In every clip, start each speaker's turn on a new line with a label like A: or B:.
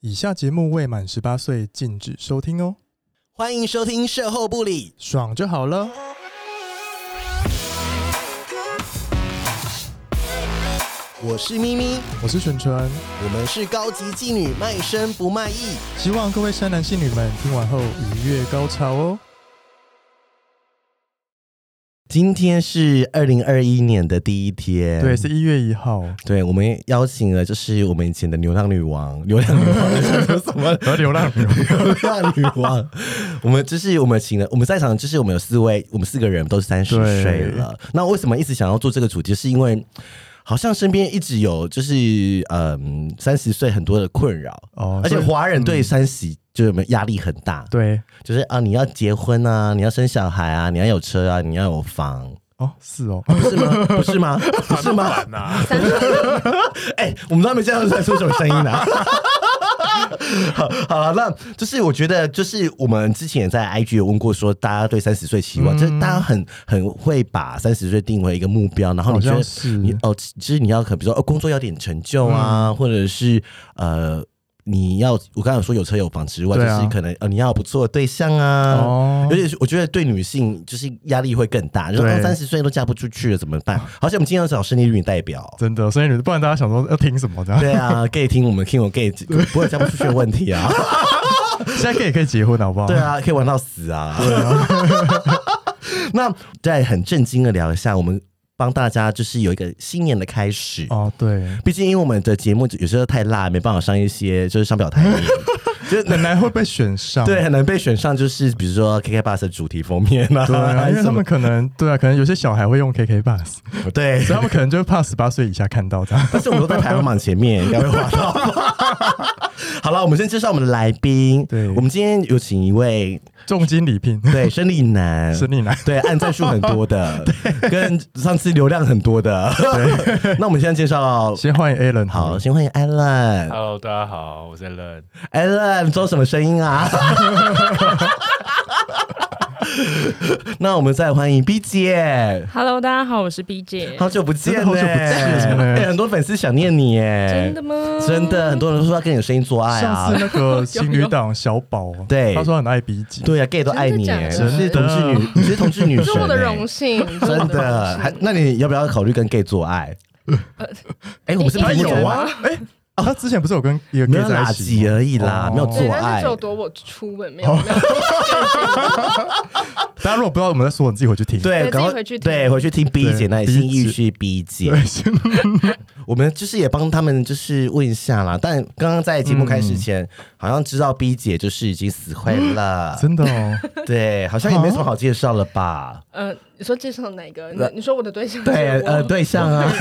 A: 以下节目未满十八岁禁止收听哦，
B: 欢迎收听《售后不理》。
A: 爽就好了。
B: 我是咪咪，
A: 我是纯纯，
B: 我们是高级妓女，卖身不卖艺。
A: 希望各位山男信女们听完后愉悦高潮哦。
B: 今天是二零二一年的第一天，
A: 对，是一月一号，
B: 对，我们邀请了就是我们以前的流浪女王，流浪女王有什 么？
A: 和流浪女
B: 流浪女王，我们就是我们请了，我们在场就是我们有四位，我们四个人都是三十
A: 对
B: 岁了。那为什么一直想要做这个主题？是因为好像身边一直有就是嗯三十岁很多的困扰，
A: 哦
B: 而且
A: 所以
B: 华人对三十就是我们压力很大，
A: 对，
B: 就是啊你要结婚啊，你要生小孩啊，你要有车啊，你要有房，
A: 哦，是哦，
B: 不是 吗？不是吗？不是吗？ 哎、我们都还没这样在出什么声音呢、 好好了，那就是我觉得，就是我们之前也在 IG 有问过，说大家对三十岁期
A: 嗯
B: 望，就是大家很很会把三十岁定为一个目标，然后你觉
A: 好像
B: 得
A: 是
B: 你哦，其实你要可比如说哦，工作要点成就啊，
A: 嗯
B: 或者是呃。你要我刚才有说有车有房之外，
A: 对啊
B: 就是可能呃你要有不错的对象啊，
A: 哦
B: 而且是我觉得对女性就是压力会更大，就是哦
A: 对
B: 三十岁都嫁不出去了怎么办？好像我们今天要找生理女 代表，
A: 真的，所以你不然大家想说要听什么这样？
B: 对啊，gay 听我们听我 gay 不会嫁不出去的问 题啊。
A: 现在可以可以结婚了好不好？
B: 对，啊，可以玩到死啊。对啊。 那再很震惊的聊一下，我们帮大家就是有一个新年的开始。
A: 哦对，
B: 毕竟因为我们的节目有时候太辣，没办法上一些就是上表 台
A: 哦
B: 面，就是
A: 奶奶会被选上，
B: 对很难被选上，就是比如说 KK Bus 的主题封面啊，
A: 对啊，因为
B: 什
A: 他
B: 么
A: 们可能对啊，可能有些小孩会用 KK Bus，
B: 对
A: 所以他们可能就怕十八岁以下看到这样。
B: 但是我们都在排行榜前面，应该会滑 到吧。好了，我们先介绍我们的来宾。
A: 对
B: 我们今天有请一位
A: 重金礼 聘，
B: 对生理男，
A: 生理男
B: 对按赞数很 多的，跟上次流量很多的。 那我们现在介绍，
A: 先欢迎 Alan，
C: 嗯
B: 好，，先欢迎 Alan。
D: Hello，大家好，我是 Len。
B: Alan 做什么声音 啊？那我们再欢迎 B 姐，
C: Hello，大家好，我是 B 姐。
B: 好久不见、
A: 真
B: 欸，
A: 的好久不见欸
B: 哎 很多粉丝想念你耶，
C: 真的吗？
B: 哎真的，很多人都说要跟你的声音做爱
A: 上
B: 啊
A: 次。那个情侣档小宝，啊
B: 对
A: 他说很爱比己，
B: 对啊，gay 都爱你耶，
C: 真
B: 你
C: 的
B: 是
A: 假
B: 同
A: 的
B: 志女，你是同志女
C: 这
B: 神
C: 是我的
B: 耶
C: 荣幸，这是我
B: 真
C: 荣
B: 的
C: 幸。
B: 还那你要不要考虑跟 gay 做爱？哎，我们是
C: 呃哎
B: 不是
C: 有
B: 做
C: 啊
B: 爱？
A: 哎，他之前不是有跟一个
B: 哦没
A: gay
B: 有
A: 在
B: 垃
A: 一起
B: 圾
A: 吗？
B: 而已啦
A: 哦，
B: 没有做
C: 对，但
B: 爱哦
C: 是只。有躲我出门，没有没有。
A: 大家如果不知道我们在说，你自己回去听。
B: 对，
C: 对
B: 赶快
C: 自己回去听
B: 对回去听 B 姐那里，
A: 对
B: 新义
A: B 姐
B: 去 B 姐
A: 对，，是
B: 我们就是也帮他们就是问一下啦。但刚刚在节目开始前，好像知道 B 姐就是已经死灰了，
A: 真的哦。
B: 对，好像也没什么好介绍了吧？
C: 呃，你说介绍哪个？
B: 呃
C: 你你说我的对象是我？
B: 啊对，呃，对象啊，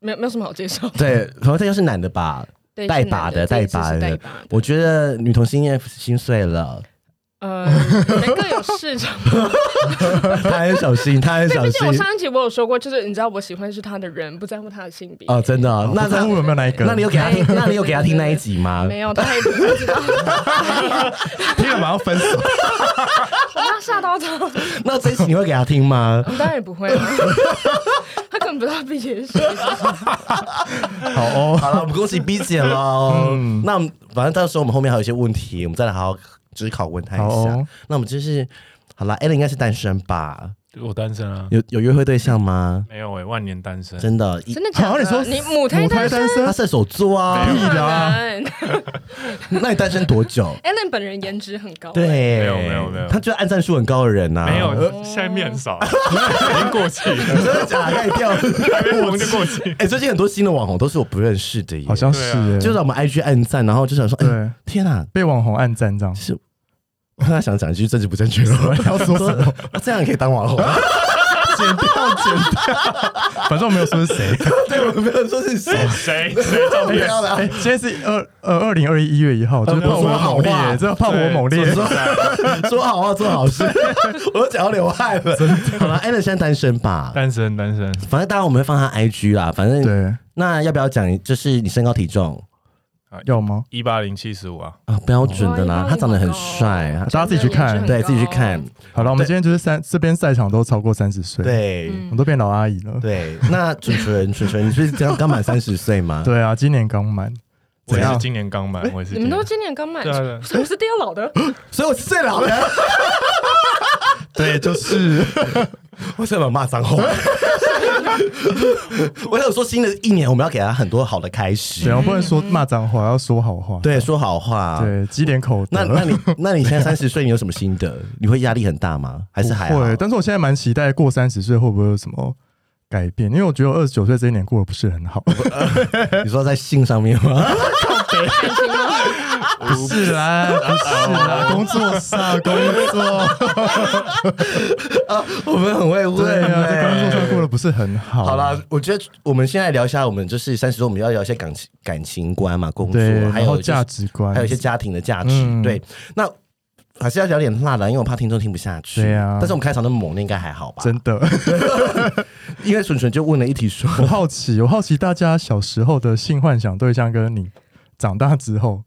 C: 没有没有什么好介绍。
B: 对，然后这就是男的吧，
C: 对
B: 带
C: 是男
B: 把的，
C: 这一次
B: 把
C: 是带
B: 的
C: 把的。
B: 我觉得女同性恋心碎了，
C: 呃，每个有市场。
B: 他很小心，他很 小
C: 毕竟
B: 心
C: 我。上一集我有说过，就是你知道我喜欢是他的人，不在乎他的性别。
B: 哦，真的哦，那
A: 不在乎
B: 他，
A: 有没有那一个？
B: 那你有给他 听？那你有给他听那一集吗？
C: 没有，他也不知道。
A: 听了马上分手？
C: 我要吓到他，
B: 那这一集你会给他听吗？
C: 我当然 也不会啊。他根本不知道 B 姐是谁。
A: 好哦，嗯
B: 好了，我们恭喜 B 姐喽。那我们反正到时候我们后面还有一些问题，我们再来好好只拷问她一下。
A: 好哦
B: 那我们就是好了 a l l n 应该是单身吧？
D: 我单身啊，
B: 有有约会对象吗？
D: 没有哎、万年单身。
B: 真的，一
C: 真的假
A: 好
C: 的？
A: 你说
C: 你母胎
A: 母胎
C: 单身
A: 单身
B: 他？射手座啊，
A: 屁啦！
C: 可能
B: 那你单身多 久？
C: Allen 本人颜值很高，哎
B: 对，，没
D: 有没有没有
B: 他就是按赞数很高的人呐、啊。
D: 没有，呃现在面少，已经过气了，
B: 真的假 的？太掉了。
D: 还没红就过气。
B: 哎、最近很多新的网红都是我不认识的耶，
A: 好像是
D: 啊
A: 耶，
B: 就是我们 IG 按赞，然后就想说，哎、
A: 对
B: 天啊，
A: 被网红暗赞这样。
B: 是，我刚才想讲一句政治不正确的 话，
A: 要说什么？
B: 这样也可以当网 红。
A: 剪掉，剪掉。反正我没有说是谁。
B: 对，我没有说是谁，
D: 谁谁照
B: 不
D: 片？
B: 要
A: 哎
B: 了。，
A: 现在是二呃二零二一一月一
D: 呃
A: 号，就是炮火猛烈，真的炮火猛烈
D: 对。做出来
B: 哎说好话，做好 事，我都讲到流汗了。好了，Allen 现在单身吧？
D: 单身单身，
B: 反正当然我们会放他 IG 啦。反正
A: 对，
B: 那要不要讲？就是你身高体重
A: 要吗？
D: 一八零七十五啊，
B: 啊，标准的啦
C: 哇。
B: 他长得很帅，
C: Oh 哦
A: 大家自己去看
C: 真的
B: 对
C: 颜值
B: 自己
C: 很
B: 去
C: 高啊
B: 看。。
A: 好了，我们今天就是三这边赛场都超过三十岁，，
B: 对
A: 我们都变老阿姨了。
B: 对，那纯纯纯纯，你是刚刚满三十岁吗？
A: 对啊，今年刚满，
D: 我也
A: 怎
D: 是
A: 样
D: 今年刚买，我也是
C: 你
D: 今
C: 们都
D: 年。
C: 今年刚买，
D: 对啊对啊
C: 什么是颠老的？
B: 所以我是最老的。 对，就是。我怎么骂脏 话？我想说，新的一年我们要给他很多好的开始
A: 对，。我不能说骂脏话，要说好话。
B: 对，说好话。，
A: 对，积点口德。
B: 那那你那你现在三十岁，你有什么心得？你会压力很大吗？还是还好？
A: 会，但是我现在蛮期待过三十岁会不会有什么改变，因为我觉得我二十九岁这一年过得不是很好。
B: 你说在性上面吗？
A: 不啊是啦，不是啦，工作上工作，
B: 我们很会问、
A: 对啊，在工
B: 欸
A: 作上过得不是很好。
B: 好啦，我觉得我们现在聊一下，我们就是三十岁，我们要聊一些感情、感情观嘛，工作，
A: 对，
B: 还
A: 然
B: 有
A: 后
B: 就是
A: 价值观，
B: 还有一些家庭的价值。
A: 嗯
B: 对，那还是要聊点辣的，因为我怕听众听不下去。
A: 对啊
B: 但是我们开场那么猛，那应该还好吧？
A: 真 的，
B: 因为纯纯就问了一题说，
A: 我好奇，我好奇大家小时候的性幻想对象跟你长大之后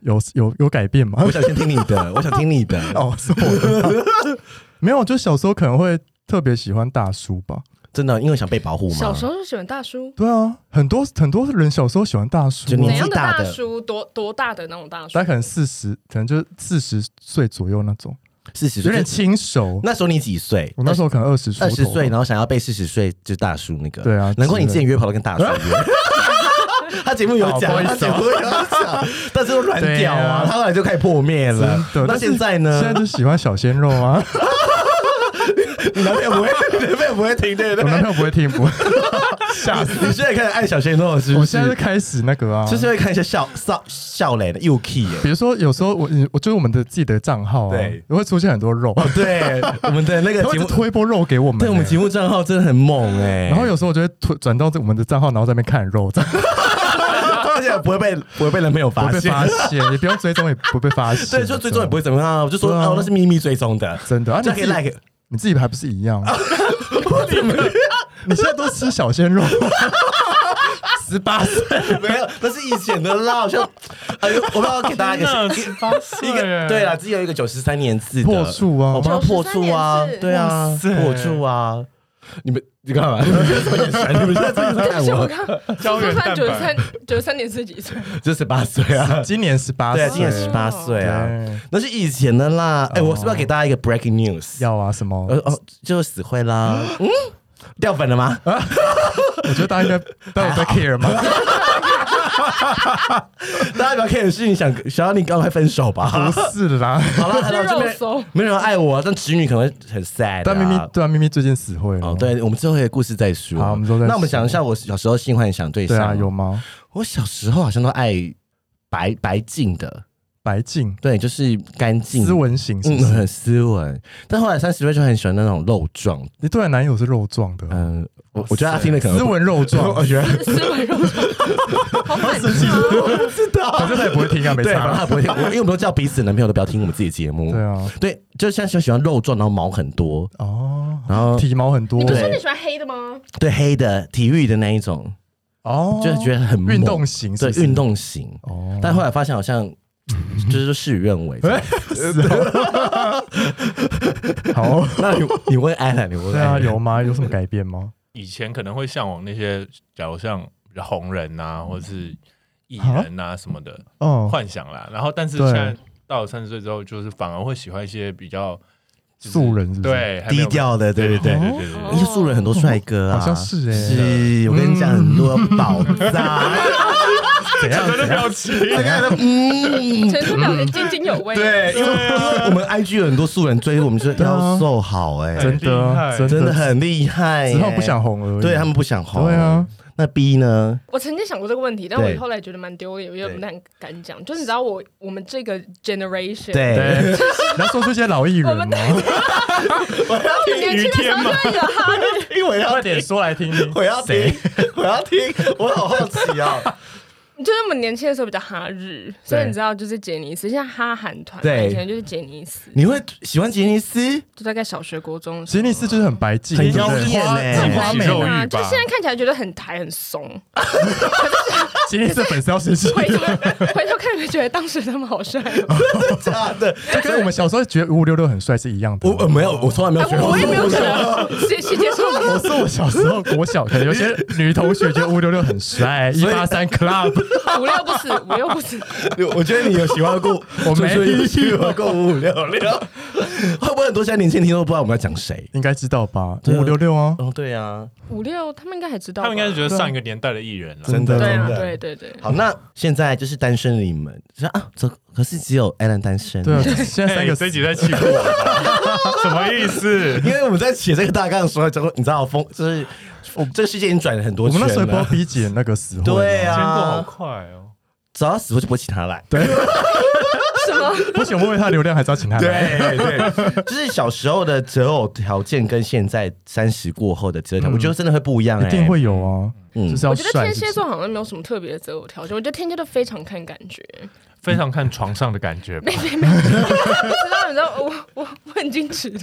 A: 有有有改变吗
B: 我？想先听你的，我想听你的。哦，
A: 哦，是我的 吗没有，就小时候可能会特别喜欢大叔吧。
B: 真的，因为想被保护吗？
C: 小时候就喜欢大叔，
A: 对啊，很多很多人小时候喜欢大叔啊，
B: 就你
C: 怎
B: 年纪
C: 样的
B: 大的
C: 大叔？多多大的那种大叔
A: 大概？可能四十，可能就是四十岁左右那种，
B: 四十
A: 有
B: 岁
A: 点，轻熟。
B: 那时候你几岁？
A: 我那时候可能二十出
B: 二十
A: 头吧
B: 岁，然后想要被四十岁就大叔那个，
A: 对啊
B: 难怪你之
A: 之
B: 前约跑都跟大叔约。 他节目有
A: 好不好
B: 讲，
A: 意思
B: 他
A: 哦
B: 节目有讲，但是都软
A: 对
B: 屌啊
A: 啊，
B: 他后来就开始破灭了。
A: 真的
B: 那
A: 但是
B: 现在呢？
A: 现在就喜欢小鲜肉 啊，
B: 你男朋友不会，你男朋友不会听，对不
A: 我
B: 对
A: 男？朋友不会听不？吓死！
B: 你现在开始爱小鲜肉了，是
A: 我
B: 不？
A: 现在就是开始那个啊，
B: 就是会看一些笑笑笑脸的 UK 耶。
A: 比如说有时候我我就是我们的自己的账号啊，
B: 对
A: 会出现很多肉，
B: 对，我们的那个
A: 他会
B: 节
A: 一直
B: 目，
A: 推一波肉给我们欸，欸
B: 对我们节目账号真的很猛哎。
A: 然后有时候我就会推转到这我们的账号，然后在那边看肉，这样
B: 而且不会被不会被男朋友
A: 不
B: 发
A: 会被
B: 现，
A: 发现，也不用追踪，也不被发现，
B: 对，就追踪也不会怎么样，就说
A: 对啊
B: 哦那是秘密追踪的，
A: 真的啊，
B: 这
A: 你
B: 可以
A: 自己
B: like。
A: 你自己还不是一 样？你现在都吃小鲜肉，十八岁
B: 没有，那是以前的啦，好像， 哎呦，我们要给大家一个
D: 十八岁
B: 一个，对啦，，自己有一个九十三年次的
A: 破处啊
B: 我帮他破处啊
C: 93年，次
B: 对啊
D: 哇，塞
B: 破处啊，你们你干嘛？你们这么眼神，你们现在这 个
C: 但
B: 看
C: 是我
B: 我，
C: 看
D: 胶原蛋白
C: 九三九三年是几岁？
B: 就十八岁啊，
A: 今年十八岁，
B: 对，今年十八岁啊，
A: 对
B: 那是以前的啦。哎，我是不是要给大家一个 breaking news？
A: 要啊什么？
B: 呃哦，就死会啦， 嗯，啊掉粉了吗？
A: 我觉得大家应该，大家有在 care 吗？
B: 大家不要 care 的是你想想要你赶快分手 吧。
A: 不是啦，
B: 好了，
C: 是
B: 来到
C: 肉
B: 这边
C: 搜，
B: 没有人爱我，但侄女可能会很 sad 啊。
A: 但咪咪对啊，咪咪最近死会了
B: 哦，，对，我们之后有故事再说。
A: 好我们之后再说
B: 那我们想一下，我小时候性幻想对象，
A: 对啊，有吗？
B: 我小时候好像都爱白白净的，
A: 白净
B: 对，就是干净
A: 斯，文型是
B: 嗯
A: 不，是？
B: 很斯文。但后来三十岁就很喜欢那种肉状，
A: 你对男友是肉壮的，
B: 嗯，我我觉得他听的可能
A: 呃斯文肉 壮，我觉得
C: 斯文肉壮，好反差哦。
A: 反正他也不会听啊，没
B: 对，
A: 差
B: 反正
A: 啦。
B: 他不会听，我因为我们都叫彼此的男朋友都不要听我们自己的节目，
A: 对啊，
B: 对，就像喜欢肉状，然后毛很多，
A: 哦，
B: 然后
A: 体毛很多
C: 你不是说
B: 对
C: 你喜欢黑的吗？
B: 对黑的体育的那一种，
A: 哦，
B: 就是觉得很猛
A: 运动型是
B: 对
A: 不是，
B: 运动型。
A: 哦，
B: 但后来发现好像
A: 嗯
B: 就是事与愿违。
A: 哎是哦好，
B: 那你你问艾兰，你问
A: 对
B: 艾
A: 啊，
B: 兰
A: 有吗？有什么改变吗？
D: 以前可能会向往那些，假如像比较红人呐，或是艺人呐什么的
A: 哦，
D: 幻想啦。然后，但是
A: 对
D: 现在到了三十岁之后，就是反而会喜欢一些比较就是
A: 素人是不是
D: 对还没
B: 低
D: 有
B: 调的，对对
D: 对对
B: 对。
D: 对对对
C: 哦
B: 因为素人很多帅哥啊，
A: 好像是欸
B: 是我跟你讲很多宝藏，
A: 嗯 怎样？
D: 对，的 表情，
B: 嗯，
C: 陈思表情津津有味。
B: 对，因为因为我们 IG 有很多素人追我们，就是
A: 对啊
B: 要瘦好哎，
A: 真的啊，
D: 很厉害
B: 真的
A: 的，
B: 很厉害，哎
A: 只好不想，红而已。
B: 对他们不想红，
A: 对啊，
B: 那 B 呢？
C: 我曾经想过这个问题，但
B: 对
C: 我后来觉得蛮丢脸，我也不太敢讲。就是你知道我我们这个 generation，，
B: 对，
A: 对，你要说出一些老艺人
C: 我们
A: 吗？
C: 我们年轻的时候就会有哈
B: 因
C: 日，
B: 为我要
A: 快点说来听听。
B: 我要听，我要听，我好好 奇啊！
C: 就是我们年轻的时候比较哈日，所以你知道就是杰尼斯，现在哈韩团嘛，
B: 对
C: 以前就是杰尼斯，
B: 你会喜欢杰尼斯？
C: 就大概小学、国中的时
A: 杰
C: 候。
A: 尼斯就是很白净，
B: 很
A: 对不
B: 妖
A: 对
B: 艳欸
A: 自己花
D: 喜
A: 美
D: 肉
A: 男。
C: 啊，
D: 欲
C: 就
D: 吧
C: 是现在看起来觉得很抬很怂，
A: 杰尼斯粉丝要生气，
C: 回头回头看你们觉得当时他们好帅哦，
B: 假的？
A: 就跟我们小时候觉得五五六六很帅是一样的。
B: 我呃我没有，我从来没
C: 啊
B: 有学过。
C: 我我也没有觉得 谁谁接受
A: 我是我小时候国小，可能有些女同学觉得五五六六很帅，一
B: 所以
A: 八三 club，
C: 五六不死，五六不死，
B: 我觉得你有喜欢 过，我
A: 没
B: 有喜欢过五五六六， 会不会很多现在年轻人听都不知道我们在讲谁？
A: 应该知道吧？
B: 对啊
A: 五六六啊，
B: 哦，对啊，
C: 五六他们应该还知道
D: 他
C: 吧，
D: 们应该是觉得上一个年代的艺人了。
B: 真的
C: 对
B: 真
C: 啊，
B: 的。
C: 对 对对，
B: 好，那现在就是单身的你们，说啊，这可是只有 Alan 单身，
A: 对啊，现在
D: 哎
A: 三个
D: 这一集在欺负我 吧，什么意思？
B: 因为我们在写这个大纲的时候，就会你知道风就是我这个世界已经转了很多
A: 我
B: 圈
A: 们那时候也不知道
B: 了，
A: B 姐那个死活，
B: 对
D: 今天过好
B: 啊，
D: 快哦，
B: 只要死我就不会请他来。 对
C: 什么？
A: 不行，我们为他流量还是要请他
D: 啊
A: 来。
B: 对对，就是小时候的择偶条件跟现在三十过后的择偶条件，我觉得真的会不一样，
A: 嗯
B: 欸
A: 一定。会有啊，
B: 嗯
A: 就是要
C: 我觉得
A: 帅
C: 天
A: 是不
C: 蝎
A: 是。
C: 座好像没有什么特别的择偶条件，我觉得天蝎座非常看感觉。
D: 非常看床上的感觉吧。
C: 知道，你知道，我我我很矜持的。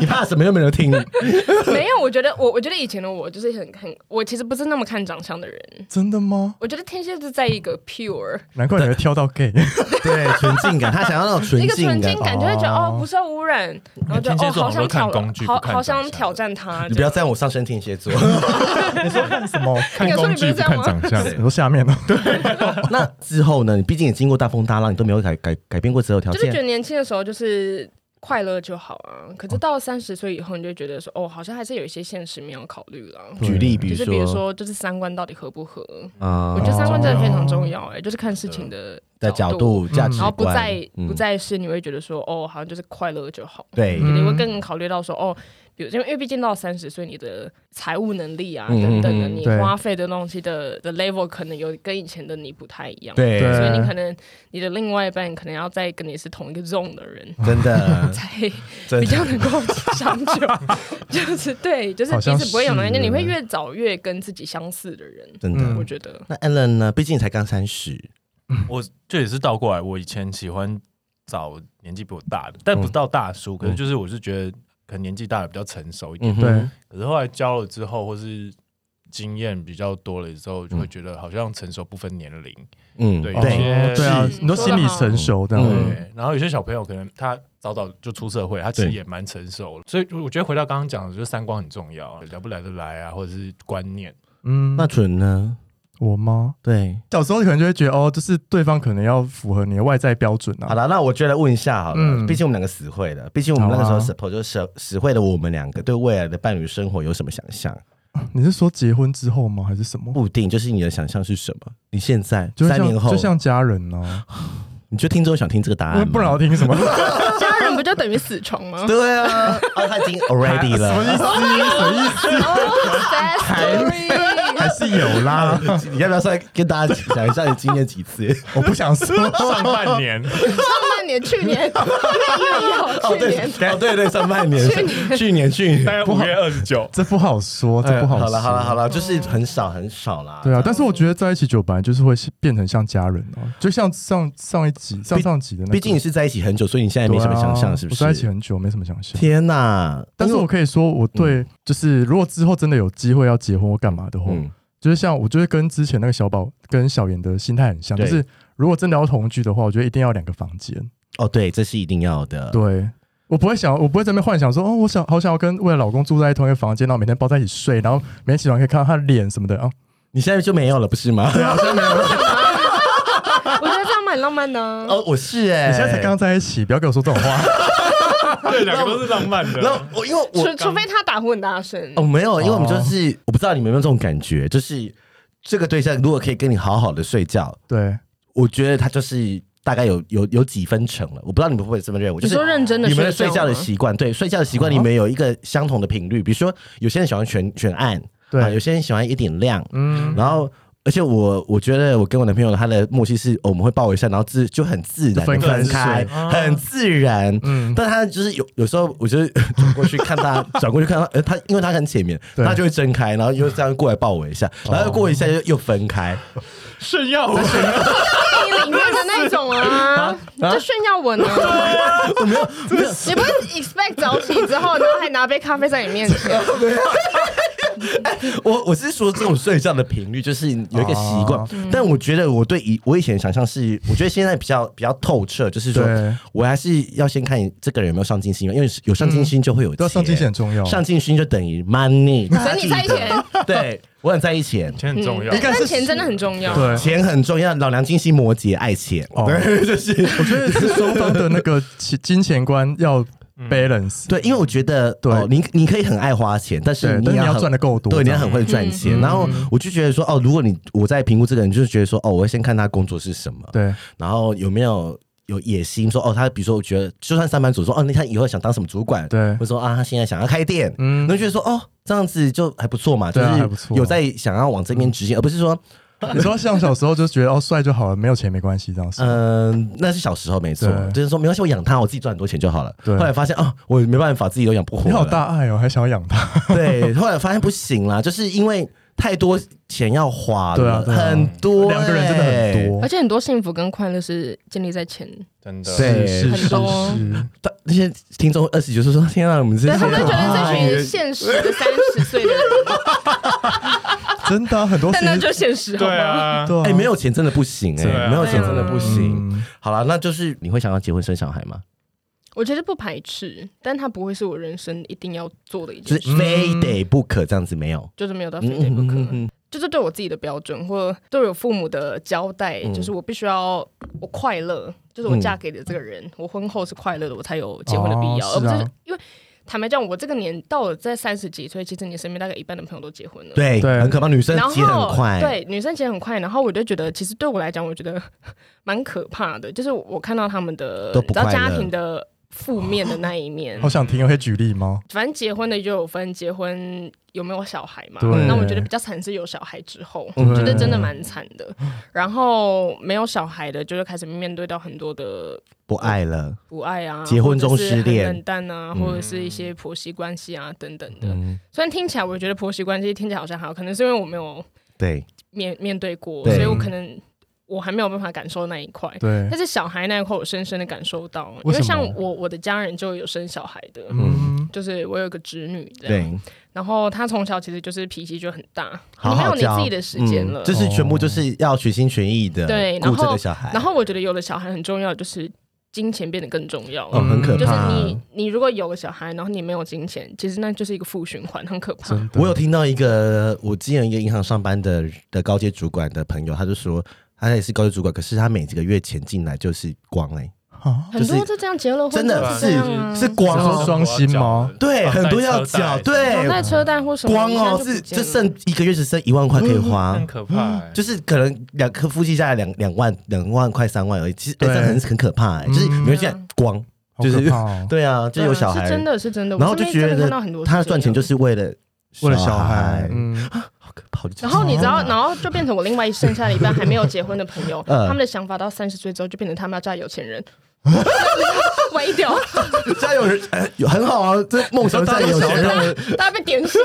B: 你怕什么又没人听？
C: 没有，我觉得我我觉得以前的我就是很很，我其实不是那么看长相的人。
A: 真的吗？
C: 我觉得天蝎是在一个 pure
A: 难怪你会挑到 gay，
B: 对，纯净感，他想要那种纯
C: 一个纯
B: 净
C: 净
B: 感。
C: 感，就会觉得
A: 哦
C: 哦不受污染，然后就
D: 天蝎
C: 哦
D: 座
C: 好
D: 好多
C: 想
D: 看
C: 挑
D: 工具
C: 好
D: 不看
C: 好
D: 长
C: 想
D: 相
C: 挑战他。
B: 你不要在我上升天蝎座。
A: 看什么？
D: 看工具不看长相，
A: 你说下面呢？对，
B: 那之后呢？你毕竟也经过大风大浪，你都没有改改改变过择偶条
C: 就是觉得
B: 件。
C: 年轻的时候就是快乐就好啊。可是到三十岁以后，你就觉得说哦，好像还是有一些现实没有考虑了。
B: 举例，比如
C: 就是比如
B: 说
C: 说，就是三观到底合不合？
B: 啊
C: 我觉得三观真的非常重要，哎，就是看事情的
B: 的角度、价值
C: 然后
B: 观，
C: 不再
B: 嗯
C: 不再是你会觉得说哦，好像就是快乐就好，
B: 对
A: 嗯
C: 你会更考虑到说哦，比如因为因为毕竟到三十岁，你的财务能力啊
B: 嗯
C: 等等的，
B: 嗯嗯
C: 你
A: 对
C: 花费的东西的的 level 可能有跟以前的你不太一样，，
B: 对，
C: 所以你可能你的另外一半可能要再跟你是同一个 zone 的人。
B: 真的
C: 才
B: 真
C: 比
B: 的
C: 较能够长 久，就是对，就是
A: 好
C: 彼
A: 像
C: 此不会有
A: 是
C: 那就你会
A: 耶
C: 越早越跟自己相似的人，
B: 真的
A: 嗯。
C: 我觉 得
B: 那 Alan 呢？毕竟你才刚三十，
D: 我这也是倒过来，我以前喜欢找年纪比我大的，但不到大叔，可是就是我是觉得可能年纪大的比较成熟一点。
B: 嗯哼
A: 对，
D: 可是后来交了之后，或是经验比较多了之后，就会觉得好像成熟不分年龄。
B: 嗯，
D: 对
B: 对
D: 有些
A: 哦对啊
C: 是，
A: 你都心理成熟这
B: 嗯
A: 样，
D: 对，然后有些小朋友可能他早早就出社会，他其实
B: 对
D: 也蛮成熟了。所以我觉得回到刚刚讲的，就是三观很重要，
B: 嗯
D: 聊不来的来啊，或者是观 念。
A: 嗯，
B: 那纯呢？
A: 我吗？
B: 对，
A: 小时候可能就会觉得哦，就是对方可能要符合你的外在标准
B: 好
A: 啊。
B: 了，那我觉得问一下好了，
A: 嗯
B: 毕竟我们两个死会了，毕竟我们那个时候
A: 好啊
B: 死破就是死死会的，我们两个对未来的伴侣生活有什么想象？
A: 你是说结婚之后吗？还是什么？
B: 不一定，就是你的想象是什么？你现在
A: 就
B: 三
A: 像
B: 年后哎
A: 就，像家人呢，
B: 你就听之后想听这个
A: 我
B: 答案吗？
A: 不然要听 什么？
C: 家人不就等于死床吗？
B: 对啊， 哦，他已经 already
A: 什么
B: 了。
A: 意思？什么意思？
C: Oh, Sad story，
A: 还是有啦，
B: 你要不要再跟大家讲一下你经验 几次？
A: 我不想 说。
D: 上半年
C: 上半年、去年、 又有去年，
B: 哦，对对，上半年，去年去
D: 大
B: 年，
D: 概五月二十 九，
A: 这不好说，这不好
B: 哎好
A: 说。
B: 了好了好了，就是很少很少啦。
A: 对啊，但是我觉得在一起久，本来就是会变成像家人啊，就像上上一集、上上集的那个，
B: 毕竟你是在一起很久，所以你现哎在没什么想
A: 对啊
B: 象，是不是？哎
A: 我在一起很久，没什么想象。
B: 天哪！
A: 但是我可以说，
B: 嗯
A: 我对就是如果之后真的有机会要结婚或干嘛的话，
B: 嗯，
A: 就是像我觉得跟之前那个小宝跟小妍的心态很像，就
B: 对
A: 是如果真的要同居的话，我觉得一定要两个房间。
B: 哦，对，这是一定要的。
A: 对。我不会想，我不会在那边幻想说，哦，我想好想要跟未来老公住在同一个房间，然后每天抱在一起睡，然后每天起床可以看到他的脸什么的啊。
B: 你现在就没有了，不是吗？
A: 啊
C: 我觉得这样蛮浪漫的啊。
B: 哦，我是哎，
A: 你现在才刚在一起，不要跟我说这种话。
D: 对，两个都是浪漫
B: 然
D: 的
B: 后。我因为我
C: 除除非他打呼很大声，
B: 哦没有，因为我们就是我不知道你们有没有这种感觉，就是这个对象如果可以跟你好好的睡觉，
A: 对，
B: 我觉得他就是大概有有有几分成了。我不知道你们会不会这么认为，就
C: 你
B: 是
C: 说认真的
B: 你们的睡觉
C: 觉
B: 的
C: 吗
B: 习惯，对睡觉的习惯，你们有一个相同的频率。比如说，有些人喜欢全全暗，
A: 对
B: 啊有些人喜欢一点亮，
A: 嗯，
B: 然后。而且我我觉得我跟我男朋友他的默契是，哦我们会抱一下，然后自就很自然地
A: 分开
B: 分开，
A: 睡
B: 很自然。
A: 嗯
B: 但他就是有有时候，我就是转过去看他，转过去看他，呃，他因为他很浅眠，
A: 对
B: 他就会睁开，然后又这样过来抱我一下，然后又过一下又又分开。
D: 炫耀啊文，
C: 你里面的那 种啊，就炫耀文啊。
B: 哦
C: 你不是 expect 早起之后，然后还拿杯咖啡在你面前？
B: 我我是说这种睡觉的频率，就是有一个习惯
A: 哦。
B: 但我觉得我对以我以前想象是，我觉得现在比较比较透彻，就是说
A: 对
B: 我还是要先看这个人有没有上进心，因为有上进心就会有
A: 对啊
B: 钱，
A: 上进心很重要
B: 上进心就等于 money，
C: 所以你在意钱，
B: 对我很在意钱。
D: 钱很重要
A: 嗯应。该
C: 但
A: 是
C: 钱真的很重要。
A: 对
B: 钱很重要，老娘金星摩羯爱钱，
A: 哦
B: 对， 就是
A: 我觉得是双方的那个 金金钱观要
B: 嗯
A: balance，
B: 对，因为我觉得，
A: 对
B: 哦，你你可以很爱花钱，但是
A: 对
B: 你
A: 但是
B: 也
A: 你要
B: 很
A: 赚得够多
B: 对，你要
A: 这样
B: 很会赚钱。
A: 嗯
B: 然后我就觉得说，哦，如果你我在评估这个人，就是觉得说，哦，我会先看他工作是什么，
A: 对
B: 然后有没有有野心，说，哦，他比如说，我觉得就算上班族说，哦，那他以后想当什么主管，
A: 对
B: 或者说啊，他现在想要开店，
A: 嗯
B: 嗯，那就觉得说，哦，这样子就还不错嘛，就
A: 对啊还
B: 是
A: 不错嗯
B: 有在想要往这边执行，而不是说。
A: 你说像小时候就觉得哦帅就好了，没有钱没关系这样子，
B: 嗯，那是小时候没错
A: 对，
B: 就是说没关系，我养他，我自己赚很多钱就好了。
A: 对
B: 后来发现啊，我没办法，自己都养不活
A: 你
B: 了。
A: 好大爱哦，还想要养他，
B: 对，后来发现不行啦，就是因为太多钱要花了，
A: 对啊对啊
B: 很多、欸
A: 两个人真的很。多
C: 而，且很多幸福跟快乐是建立在钱，
D: 真的，
B: 对
E: 是是
C: 很多
E: 是，
B: 他那些听众二十九岁说：“天啊，我们这
C: 对
B: 些
C: 他们觉得这群
B: 人
C: 现实的三十 岁的人，
A: 真的啊很多事
C: 但那
A: 情
C: 就现实好
D: 对
C: 吗？
D: 啊，
A: 对啊
B: 哎、没有钱真的不行哎、
D: 对啊
B: 没有钱真的不行。
A: 嗯
B: 好了，那就是你会想要结婚生小孩吗？
C: 我觉得不排斥，但它不会是我人生一定要做的一
B: 就
C: 件事，
B: 是非得不可这样子没有？
C: 就是没有到非
B: 嗯
C: 得不
B: 嗯
C: 可。
B: 嗯嗯，
C: 就是对我自己的标准，或对我父母的交代，
B: 嗯
C: 就是我必须要我快乐，就是我嫁给的这个人，我婚后是快乐的，我才有结婚的必要，
A: 哦
C: 而不
A: 是啊
C: 是因为坦白讲，我这个年到了在三十几岁，其实你身边大概一半的朋友都结婚了。
B: 对，
A: 对
B: 很可怕，女生
C: 然后
B: 结很快，，
C: 对女生结很快，然后我就觉得，其实对我来讲，我觉得 蛮可怕的。就是我看到他们的，
B: 都
C: 你
B: 不
C: 知道
B: 快乐哦
C: 家庭的负面的那一面，
A: 好想听，可以举例吗？
C: 反正结婚的就有分结婚有没有小孩嘛
A: 对。
C: 那我觉得比较惨是有小孩之后，
A: 对
C: 我觉得真的蛮惨的。然后没有小孩的，就是开始面对到很多的
B: 不爱了，
C: 不爱啊，
B: 结婚中
C: 或者是
B: 失恋
C: 很冷淡啊，或者是一些婆媳关系啊等等的。
B: 嗯，
C: 虽然听起来我觉得婆媳关系听起来好像还好，可能是因为我没有
B: 对，
C: 面面对过，
B: 对
C: 所以我可能我还没有办法感受那一块。
A: 对
C: 但，是小孩那一块，我深深的感受到，因
A: 为什么
C: 为像我我的家人就有生小孩的，
A: 嗯，
C: 就是我有个侄女这样，
B: 对，
C: 然后他从小其实就是脾气就很大，
B: 好好
C: 你没有
B: 教嗯
C: 你自己的时间了。
B: 就是全部就是要全心全意的
C: 对然
B: 顾
C: 后
B: 这个小孩，
C: 然后我觉得有了小孩很重要，就是金钱变得更重要
B: 哦，
C: 了。
B: 很可
C: 就是
B: 怕。
C: 你，你如果有了小孩，然后你没有金钱，其实那就是一个负循环，很可怕。
A: 真的，
B: 我有听到一个我之前一个银行上班的的高阶主管的朋友，他就说他也是高阶主管，可是他每几个月钱进来就是光哎、
A: 啊
C: 很多就这样结了婚，
B: 真的
C: 就是这样啊
B: 是光
A: 想说
B: 哦，
A: 双薪吗
B: 对，很多要缴，，对
C: 房，贷、车贷或什
B: 哎
C: 么，
B: 光哦
C: 一下就不
B: 是
C: 见
B: 就
C: 了嗯
B: 剩一个月只剩一万块可以花。
D: 很可怕欸，
B: 嗯就是可能两个夫妻下来两两万两万块三万而已，其实、欸、
A: 对嗯
B: 这很很可怕、欸，就是你会现在光，
A: 好
B: 就是
A: 可怕哦
B: 对啊，就有小孩，
C: 嗯是真的是真的，
B: 然后
C: 我身
B: 就
C: 边
B: 觉
C: 真的看到
B: 得
C: 很多
B: 他赚钱就是是为了
A: 为了小孩，
B: 嗯，
A: 嗯，
B: 好可怕，我就
C: 这样。然后你知道，然后就变成我另外剩下的一半还没有结婚的朋友，
B: 嗯
C: 他们的想法到三十岁之后就变成他们要嫁有钱人， 歪掉，
B: 家有人、 哎有很好啊，这梦想家有钱人。
C: 大家被点 醒，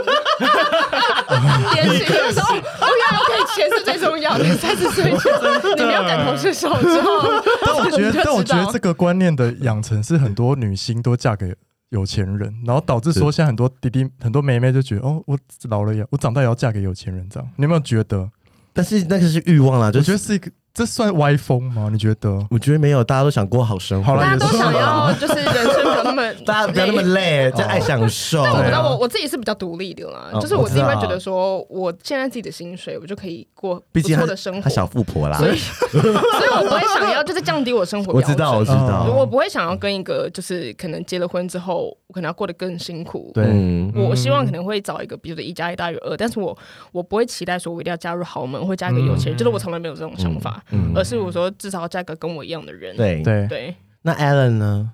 C: 点醒那时候，哦，原来 OK，钱是最重要的。三十岁前你没有感同身受之后，
A: 但我觉
C: 你就知
A: 得，
C: 道
A: 但我觉得这个观念的养成是很多女星都嫁给有钱人，然后导致说现在很多弟弟、很多妹妹就觉得，哦，我老了也，我长大也要嫁给有钱人，这样。你有没有觉得？
B: 但是那个是欲望啦，就
A: 我觉
B: 是
A: 得是一个，这算歪风吗？你觉得？
B: 我觉得没有，大家都想过好生活，
A: 好啦
C: 大家都
A: 也是
C: 想要就是人生不要那么
B: 大家不要那么累，
A: 哦
B: 就爱享受。
C: 但我
A: 对
C: 不
A: 啊
C: 知道我我自己是比较独立的啦，
B: 嗯
C: 就是我自己会
B: 我知道
C: 觉得说，我现在自己的薪水，我就可以过不
B: 毕竟
C: 错
B: 她
C: 的生活，
B: 她小
C: 所
B: 富婆啦，
C: 以 所以我不会想要就是降低我生活
B: 我
C: 标
B: 知
C: 准。
B: 道，我知
A: 嗯
B: 道，
C: 我不会想要跟一个就是可能结了婚之后，我可能要过得更辛苦。
A: 对
B: 嗯，
C: 我希望可能会找一个，比如说一加一大于二，但是我我不会期待说我一定要加入豪门或加一个有钱人，就是我从来没有这种想法，
B: 嗯
C: 而是我说至少要嫁个跟我一样的人。
B: 对。
A: 对，
C: 对，
B: 那 Alan 呢？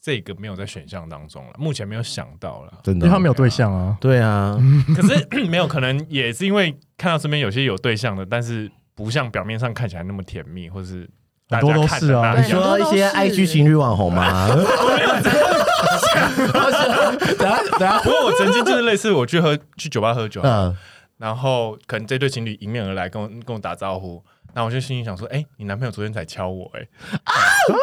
D: 这个没有在选项当中了，目前没有想到了。
B: 真
A: 因
B: 的
A: 为他没有对象啊。
B: 对啊，
D: 可是 没有，可能也是因为看到身边有些有对象的，但是不像表面上看起来那么甜蜜，或是大
A: 很多
D: 家
A: 都
D: 看
A: 是
D: 的
A: 啊
D: 那
B: 你
C: 对
B: 说
D: 样。
B: 一些
C: 很多都是
B: IG 情侣网红吗？ 等下等下，
D: 不过我曾经就是类似，我去喝去酒吧喝酒，
A: 啊
B: 嗯，
D: 然后可能这对情侣迎面而来，跟我跟我打招呼，那我就心里想说，哎、你男朋友
A: 啊嗯
D: 昨天才敲我、哎、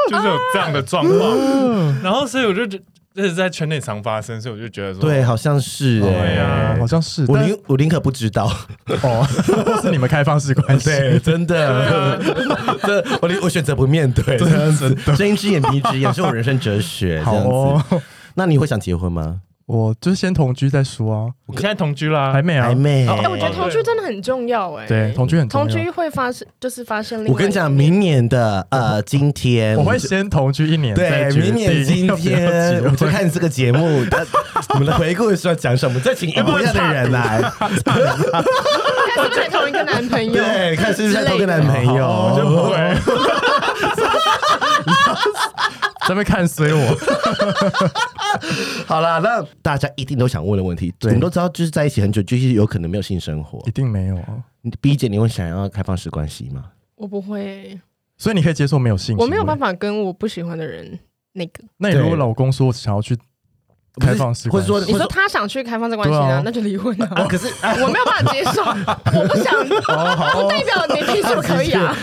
D: 就是有这样的状况，然后所以我就觉。这是在圈内常发生，所以我就觉得 说，
B: 对，啊好像是
C: 哦
B: 哎、
D: 对啊
A: 好像是，
B: 我
A: 但
B: 宁我宁可不 知道，
A: 哦， 是你们开放式关系，
B: 对，真的，这我宁我选择不面 对，这样子，睁一只眼闭一只眼是我人生哲学，
A: 好
B: 这样子。
A: 哦，
B: 那你会想结婚吗？
A: 我就先同居再说啊，
D: 你现在同居啦，
A: 还没啊，
B: 还没、
D: 哦
C: 哎、我觉得
D: 他
C: 同居真的很重要哎、
A: 对，同居很重
C: 同
A: 要
C: 居会发生，就是发生另外
B: 我跟你讲，
C: 一面
B: 明年的呃，今天
A: 我会
B: 们
A: 先同居一年，
B: 对
A: 再，决
B: 明年
A: 定
B: 今
A: 要不要 结
B: 天我
A: 婚
B: 们 就看这个 节目，它 我们的回顾是要讲什么？再请
A: 哎
B: 一模一样的人来，
C: 看是不是同一个男朋 友，
B: 对，看是不是在偷个男朋友。
A: 我就不会。在那边看衰我，
B: 好啦，那大家一定都想问的问题，你
A: 对
B: 们都知道，就是在一起很久，就是有可能没有性生活
A: 一。定没有啊。
B: 你 B 姐，你会想要开放式关系吗？
C: 我不会，
A: 所以你可以接受没有性，
C: 我没有办
A: 法。
C: 法跟我不喜欢的人那个。
A: 那你如果
B: 对
A: 老公说想要去开放式
B: 或者
A: 关系，
B: 说，或
C: 你
B: 者
C: 说他想去开放式关系
A: 对
C: 啊
A: 啊，
C: 那就离婚
B: 啊，
C: 啊。
B: 可是 啊，
C: 我没有办法接受，我不 想，
B: 哦
C: 不代表你可以说可以啊。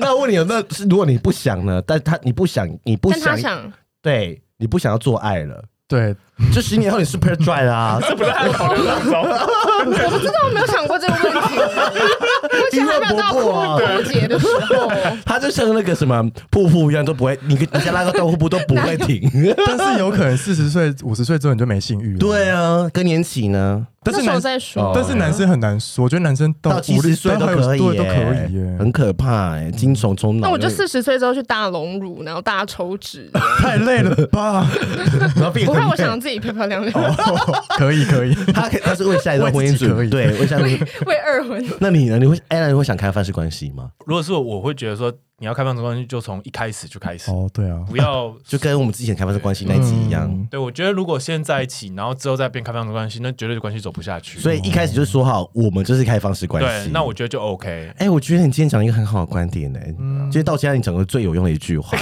B: 那我问你，哦那是如果你不想呢？但他你不想，你 不
C: 但他
B: 想，
C: 想，
B: 对你不想要做爱了，
A: 对，
B: 这十年后你 super dry 啦、
D: 不是还讨论当中，
C: 我不知道，我没有想过这个问题。目前还没有到
B: 因为伯伯啊
C: 枯枯竭的时候，
B: 他就像那个什么瀑布一样，都不会，你跟你家那个大瀑布都不会 停。
A: 但是有可能四十岁、五十岁之后你就没性欲了。
B: 对，啊，更年期呢，
A: 但
C: 那
A: 是
C: 时候
A: 男
C: 再说。
A: 但是男生很难说，我觉得男生
B: 到
A: 到
B: 七
A: 五
B: 十
A: 十
B: 岁都
A: 还有
B: 可以、
A: 对
B: 耶
A: 都可以耶，
B: 很可怕、欸，精虫充脑。
C: 那我就，四十岁之后去大隆乳，然后大家抽脂。
A: 太累了吧？
B: 然后变
C: 不
B: 成
C: 会，我想自己漂漂亮亮，
A: 哦可以可以，
B: 他可以他是为下一段婚
A: 为
B: 姻
A: 自己可
B: 准
A: 以
B: 对，为下一段。
C: 为二婚。
B: 那你呢？你会哎，那你会想开放式关系吗？
D: 如果是我，我会觉得说，你要开放式关系就从一开始就开始，
A: 哦，对 啊，
D: 不要。
B: 就跟我们之前开放式关系那一集一样。
A: 嗯
D: 对，我觉得如果现在一起，然后之后再变开放式关系，那绝对关系走不下去。
B: 所以一开始就说好，我们就是开放式关
D: 对
B: 系。，
D: 那我觉得 就 OK。
B: 哎、我觉得你今天讲一个很好的观点呢、
A: 嗯啊
B: 就是到现在你讲的最有用的一句话。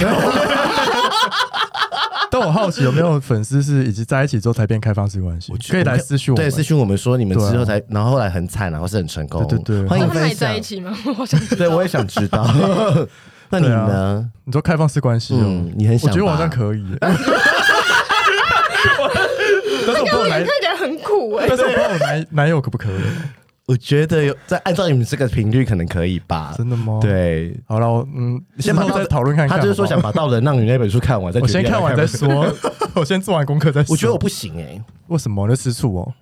A: 但我好奇有没有粉丝是已经在一起之后才变开放式关系
B: 我，觉
A: 可以来私讯我
B: 对，
A: 们。
B: 私讯我们说你们
A: 对啊
B: 之后才，然后后来很惨，然后是很成功。
A: 对对对
B: 欢
C: 那
B: 迎
C: 他们
B: 分
C: 还在
B: 享
C: 一。起吗？我好想知道
B: 对，我也 想知道。那你呢？
A: 你说开放式关系哦，
B: 嗯，你很
A: 我
B: 想吧，
A: 觉得我好像可 以耶，但是我不知道
C: 看
A: 男，
C: 起来很苦哎、
A: 但是我不知道我男男友可不可以，
B: 我觉得有，在按照你们这个频率，可能可以吧。
A: 真的吗？，
B: 对，
A: 好了，我嗯，
B: 先
A: 之
B: 把
A: 后
B: 道
A: 再讨论看看。
B: 他就是说想
A: 好
B: 把《道德让你》那本书看完，再
A: 不好，我
B: 决定啊
A: 先看
B: 要
A: 完
B: 不
A: 再
B: 要。
A: 说， 我先做完功课再说。
B: 我觉得我不行哎、
A: 为什么呢？吃醋哦，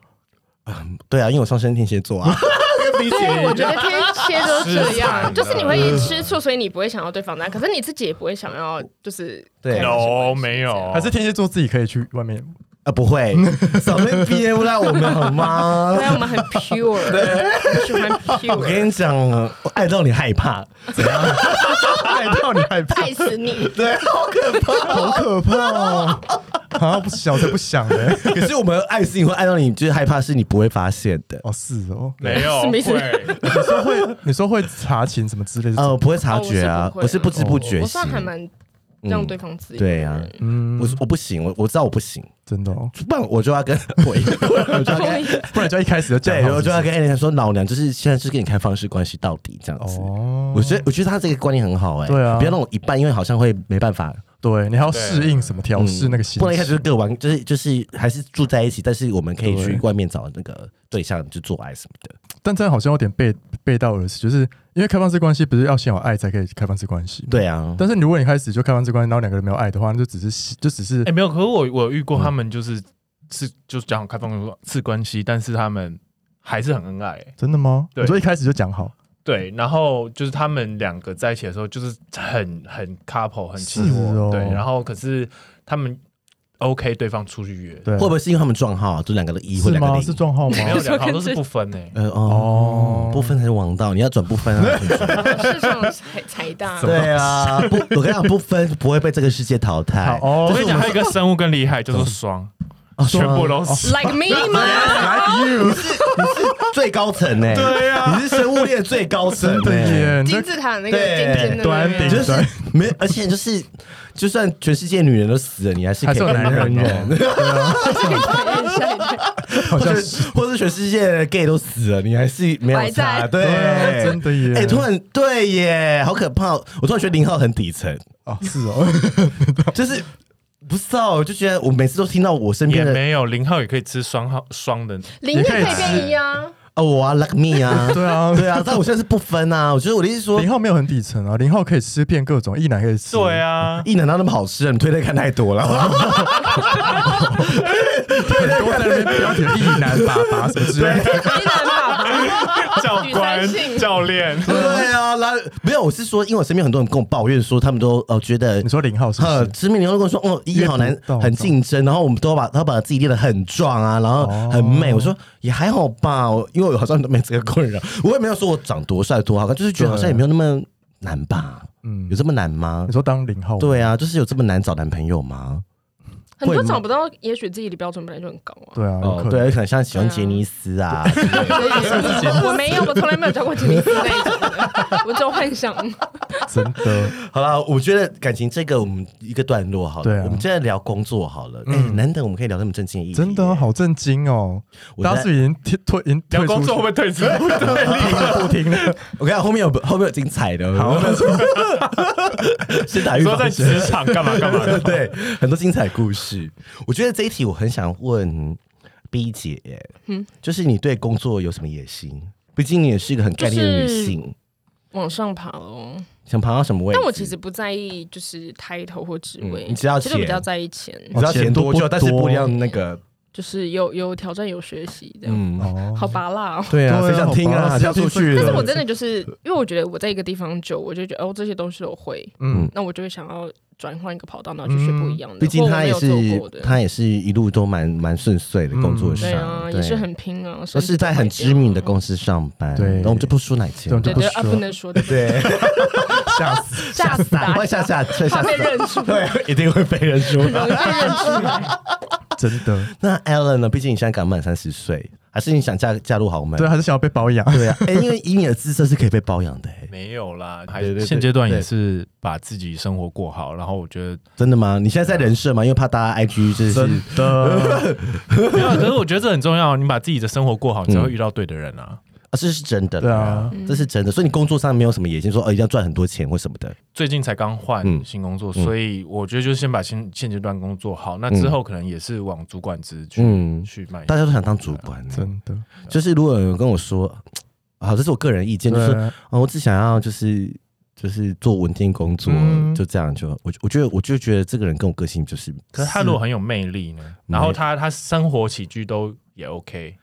B: 对啊，因为我上升天蝎座啊。 理
C: 对，我觉得天蝎都这
D: 失散了
C: 样，就是你会吃醋，所以你不会想要对方那样，可是你自己也不会想要，就是
B: 对
C: 开放式关
D: No，
C: 系
D: 没有
C: 这样
A: 还是天蝎座自己可以去外面？
B: 啊，不会，少被憋啊不到我们好吗？
C: 对，我们很 pure，我喜欢
B: 我跟
C: pure，
B: 你讲，我爱到你害怕，怎样？
A: 爱到你害怕，
C: 爱死你！
B: 对，好可怕。
A: 好可怕哦！啊，不想才不想嘞。
B: 可是我们爱是因为爱到你，就是害怕是你不会发现的。
A: 哦，是哦，
D: 没有
C: 是没事
D: 会
A: 你说会，你说会查寝什么之类的？
B: 呃，不会察觉
C: 哦
B: 啊，我
C: 我
B: 是
C: 是
B: 不
C: 不
B: 知
C: 会哦
B: 不觉型
C: 我算。还蛮让对方自由的
B: 对啊
C: 人。
A: 嗯，
B: 我我不行，我我知道我不行，
A: 真的哦，
B: 不然我就 要跟我我就要跟
A: 不然就一开始就讲
B: 对，
A: 好
B: 我就要
A: 是
B: 跟艾琳说，老娘就是现在是跟你开放式关系到底这样
A: 不是
B: 子。
A: 哦，
B: 我觉得我觉得他这个观念很好哎，
A: 对啊
B: 不要那种一半，因为好像会没办法
A: 对你还要适应什么调试那个心
B: 不然一开
A: 情
B: 始就各玩，就是就是还是住在一起，但是我们可以去
A: 对
B: 外面找那个对象就做爱什么的。
A: 但这样好像有点背背道而驰，就是因为开放式关系不是要先有爱才可以开放式关系？。
B: 对啊，
A: 但是如果你开始就开放式关系，然后两个人没有爱的话，那就只是喜就只是
D: 哎，没有。可是我我有遇过
B: 嗯
D: 他们就是是就是讲好开放式关系，但是他们还是很恩爱。欸
A: 真的吗？
D: 对
A: 我说一开始就讲好，
D: 对，然后就是他们两个在一起的时候，就是很很 couple 很
A: 是
D: 亲密
A: 哦
D: 对，然后可是他们 OK 对方出去约，
A: 对，
B: 会不会是因为他们撞号，就两个的一或
A: 是
B: 两个
A: 吗？
B: 零？
A: 是撞号吗？
D: 没有两行
C: 跟
D: 都是
C: 这
D: 不分欸诶、
B: 呃哦
A: 哦，
B: 不分才是王道，你要转不分啊。
C: 世上财财大，
B: 对啊，不，我跟你讲，不分不会被这个世界淘汰。
A: 好哦
D: 我跟你讲，还有一个生物更厉害，就是双，
B: 嗯哦，
D: 全部都是。
C: ，like me 吗？
B: 来，你是你是最高层呢？对呀，你是生物链最高层
A: 真的
B: 欸
A: 耶，你
C: 金
A: 这
C: 字塔那个
B: 对
C: 尖尖的那
A: 端
C: 个
A: 顶
B: 你就是没，而且就是，就算全世界女人都死了，你还是
A: 还
B: 可以
A: 是有
B: 当
A: 男人哦，
D: 啊
A: 好
B: 或
A: 像
B: 者
A: 是
B: 或者全世界的 gay 都死了，你还是没有
C: 还
B: 差，
C: 在
B: 对
A: 对， 真的耶
B: 哎、突然对哦耶，好可怕！我突然觉得林浩很底层，
A: 哦，是哦，
B: 就是不知道，我就觉得我每次都听到我身
D: 也
B: 边的
D: 没有零号也可以吃双号双的，
C: 零也
A: 你可
C: 可
A: 以
C: 以变一啊，
B: 哦，我啊，like me 啊，
A: 对啊，
B: 对啊，但我现在是不分啊，我觉得我的意思是说
A: 零。号没有很底层啊，零号可以吃遍各种，一男可以吃，
D: 对，啊，
B: 一男哪那么好吃啊？你推推看太多了，
A: 很多在那边标题一男爸爸什么之类的，
C: 一男爸爸，
D: 教官
C: 女三性
D: 教 练，
B: 对啊，来没有，我是说，因为我身边很多人跟我抱怨说，他们都呃觉得
A: 你说零号是不
B: 呃，
A: 是？
B: 知名牛肉跟我说，哦，一好难
A: 约不到，
B: 很竞争，然后我们都把他把自己练得很壮啊，然后
A: 哦
B: 很美。我说也还好吧，我因为我好像都没这个困扰，我也没有说我长多帅多好看，就是觉得好像也没有那么难吧？
A: 嗯
B: 有，这么难吗
A: 你？说当零号，
B: 对啊，就是有这么难找男朋友吗？
C: 很多
B: 会吗
C: 找不到，也许自己的标准本来就很高啊。
A: 对啊，有
B: 哦
A: 可，能
B: 对，可能像喜欢杰尼斯啊，
C: 我没有，我从来没有交过吉尼斯那一种的，我只有幻想。
A: 真的，
B: 好了，我觉得感情这个我们一个段落好了，
A: 对啊嗯
B: 我们现在聊工作好了。哎、难得我们可以聊那么正经的议题，
A: 真的啊好震惊哦！
B: 我在
A: 当时已经退退，已经
D: 聊
A: 退出
D: 工作会不会退出？
A: 不停了，
B: 我啊看后面有后面有精彩的，好， 先打预
D: 说
B: 防
D: 在
B: 针
D: 职场干嘛干嘛？
B: 对，很多精彩故事。我觉得这一题我很想问 B 姐，嗯，就是你对工作有什么野心？毕竟你也是一个很概念的女性，
C: 往上爬喽，
B: 想爬到什么位置？
C: 但我其实不在意，就是抬头或职位，
B: 嗯你只要
C: 其实我比
B: 钱
C: 较在意钱，
B: 你知道
A: 哦钱
B: 钱多
A: 多
B: 就，
A: 不
B: 但是不
A: 多
B: 一样那个，
C: 就是有有挑战，有学习这样，
B: 嗯，
A: 哦
C: 好拔辣哦。
B: 对啊，
A: 对啊
B: 谁想听
A: 好
B: 啊？
A: 吧
B: 跳出去了。
C: 但是我真的就是
B: 呃
C: 因为我觉得我在一个地方久，我就觉得哦这些东西我会，
A: 嗯，
C: 那我就会想要转换一个跑道，然后去学不一样的。
B: 嗯毕竟
C: 或我
B: 他
C: 没
B: 也
C: 有做过
B: 是
C: 的，
B: 他也是一路都蛮蛮顺遂的工
A: 嗯
B: 作上，
C: 对啊，也是很拼啊，
B: 都是在很知名的公司上班，
A: 对
B: 那我们就不说哪间
A: 对我们就
B: 了，
C: 对
A: 不
C: 对啊，
A: 说
C: 不能说 的，
B: 对， 吓死，啊
C: 吓死大
B: 会吓
C: 家，
B: 吓吓 吓
C: 怕被
B: 死，
C: 认出，
B: 对，啊一定会被人说。
C: 容易被认出来。
A: 真的，
B: 那 Alan 呢？毕竟你现在刚满三十岁，还是你想嫁嫁入豪门？
A: 对，还是啊想要被包养，
B: 对啊，哎，因为以你的姿色是可以被包养的，哎
D: 没有啦，还
B: 对对对
D: 现阶段也是把自己生活过好，然后我觉得
B: 真的吗？你现在在人设吗？因为怕大家 IG 就是哦
A: 真
B: 呃
A: 的，
D: 没有，可是我觉得这很重要，你把自己的生活过好，你才会遇到对的人啊。
B: 啊，这是真的，
A: 对啊，
B: 这
C: 嗯
B: 是真的。所以你工作上没有什么野心，说哦一定要赚很多钱或什么的，
D: 最近才刚
B: 嗯
D: 换新工作，所以我觉得就是先把现现阶段工作好，那之后可能也是往主管职去、
B: 嗯
D: 去迈进。
B: 大家都想当主管，
A: 真的，
B: 就是如果有人跟我说，啊，这是我个人意见，就是
A: 对
B: 啊，我只想要就是就是做稳定工作，
A: 嗯
B: 就这样就我我觉得我就觉得这个人跟我个性就是，
D: 可是嗯他如果很有魅力呢，然后他他生活起居都也 OK，
A: 啊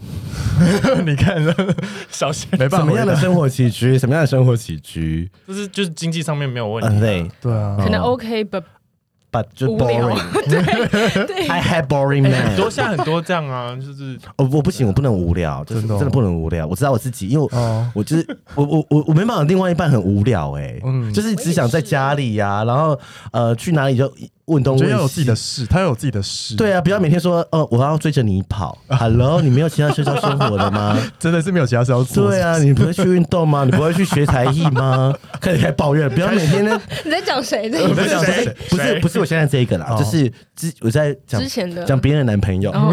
A: 你看，
D: 小心，
A: 没办
B: 什
A: 法
B: 么
A: 回
B: 样的
A: 答，
B: 生活起居， 什么样的生活起居，
D: 就是就是经济上面没有问题、啊。
B: 嗯，对
A: 对啊，
C: 可
B: 哦
C: 能 OK，but
B: ，but 就
C: 无聊
B: boring，I 哎
C: 对
B: had boring
D: 哎很
B: man，
D: 多现在很多这样啊，就是
B: 哦，我不行，我不能无聊，就是
A: 真的哦
B: 真的不能无聊，我知道我自己，因为我。
A: 哦，
B: 我就是 我我我我没办法，另外一半很无聊哎、
A: 嗯
B: 就是只想在家里呀、然后呃去哪里就问东
A: 我觉
B: 问
A: 得
B: 西，
A: 要有自己的事，他要有自己的事，
B: 对，啊，不要每天说，哦，我要追着你 跑。Hello，你没有其他社交生活的吗？
A: 真的是没有其他事要做，
B: 对啊，你 不会去运动吗？你不会去学才艺吗？ 开始在抱怨，不要每天呢。
C: 你在讲谁？这
B: 不
C: 个
B: 是不是不是不是我现在这个啦，
A: 哦
B: 就是之我在讲
C: 之前的
B: 讲别人的男朋友，
C: 哦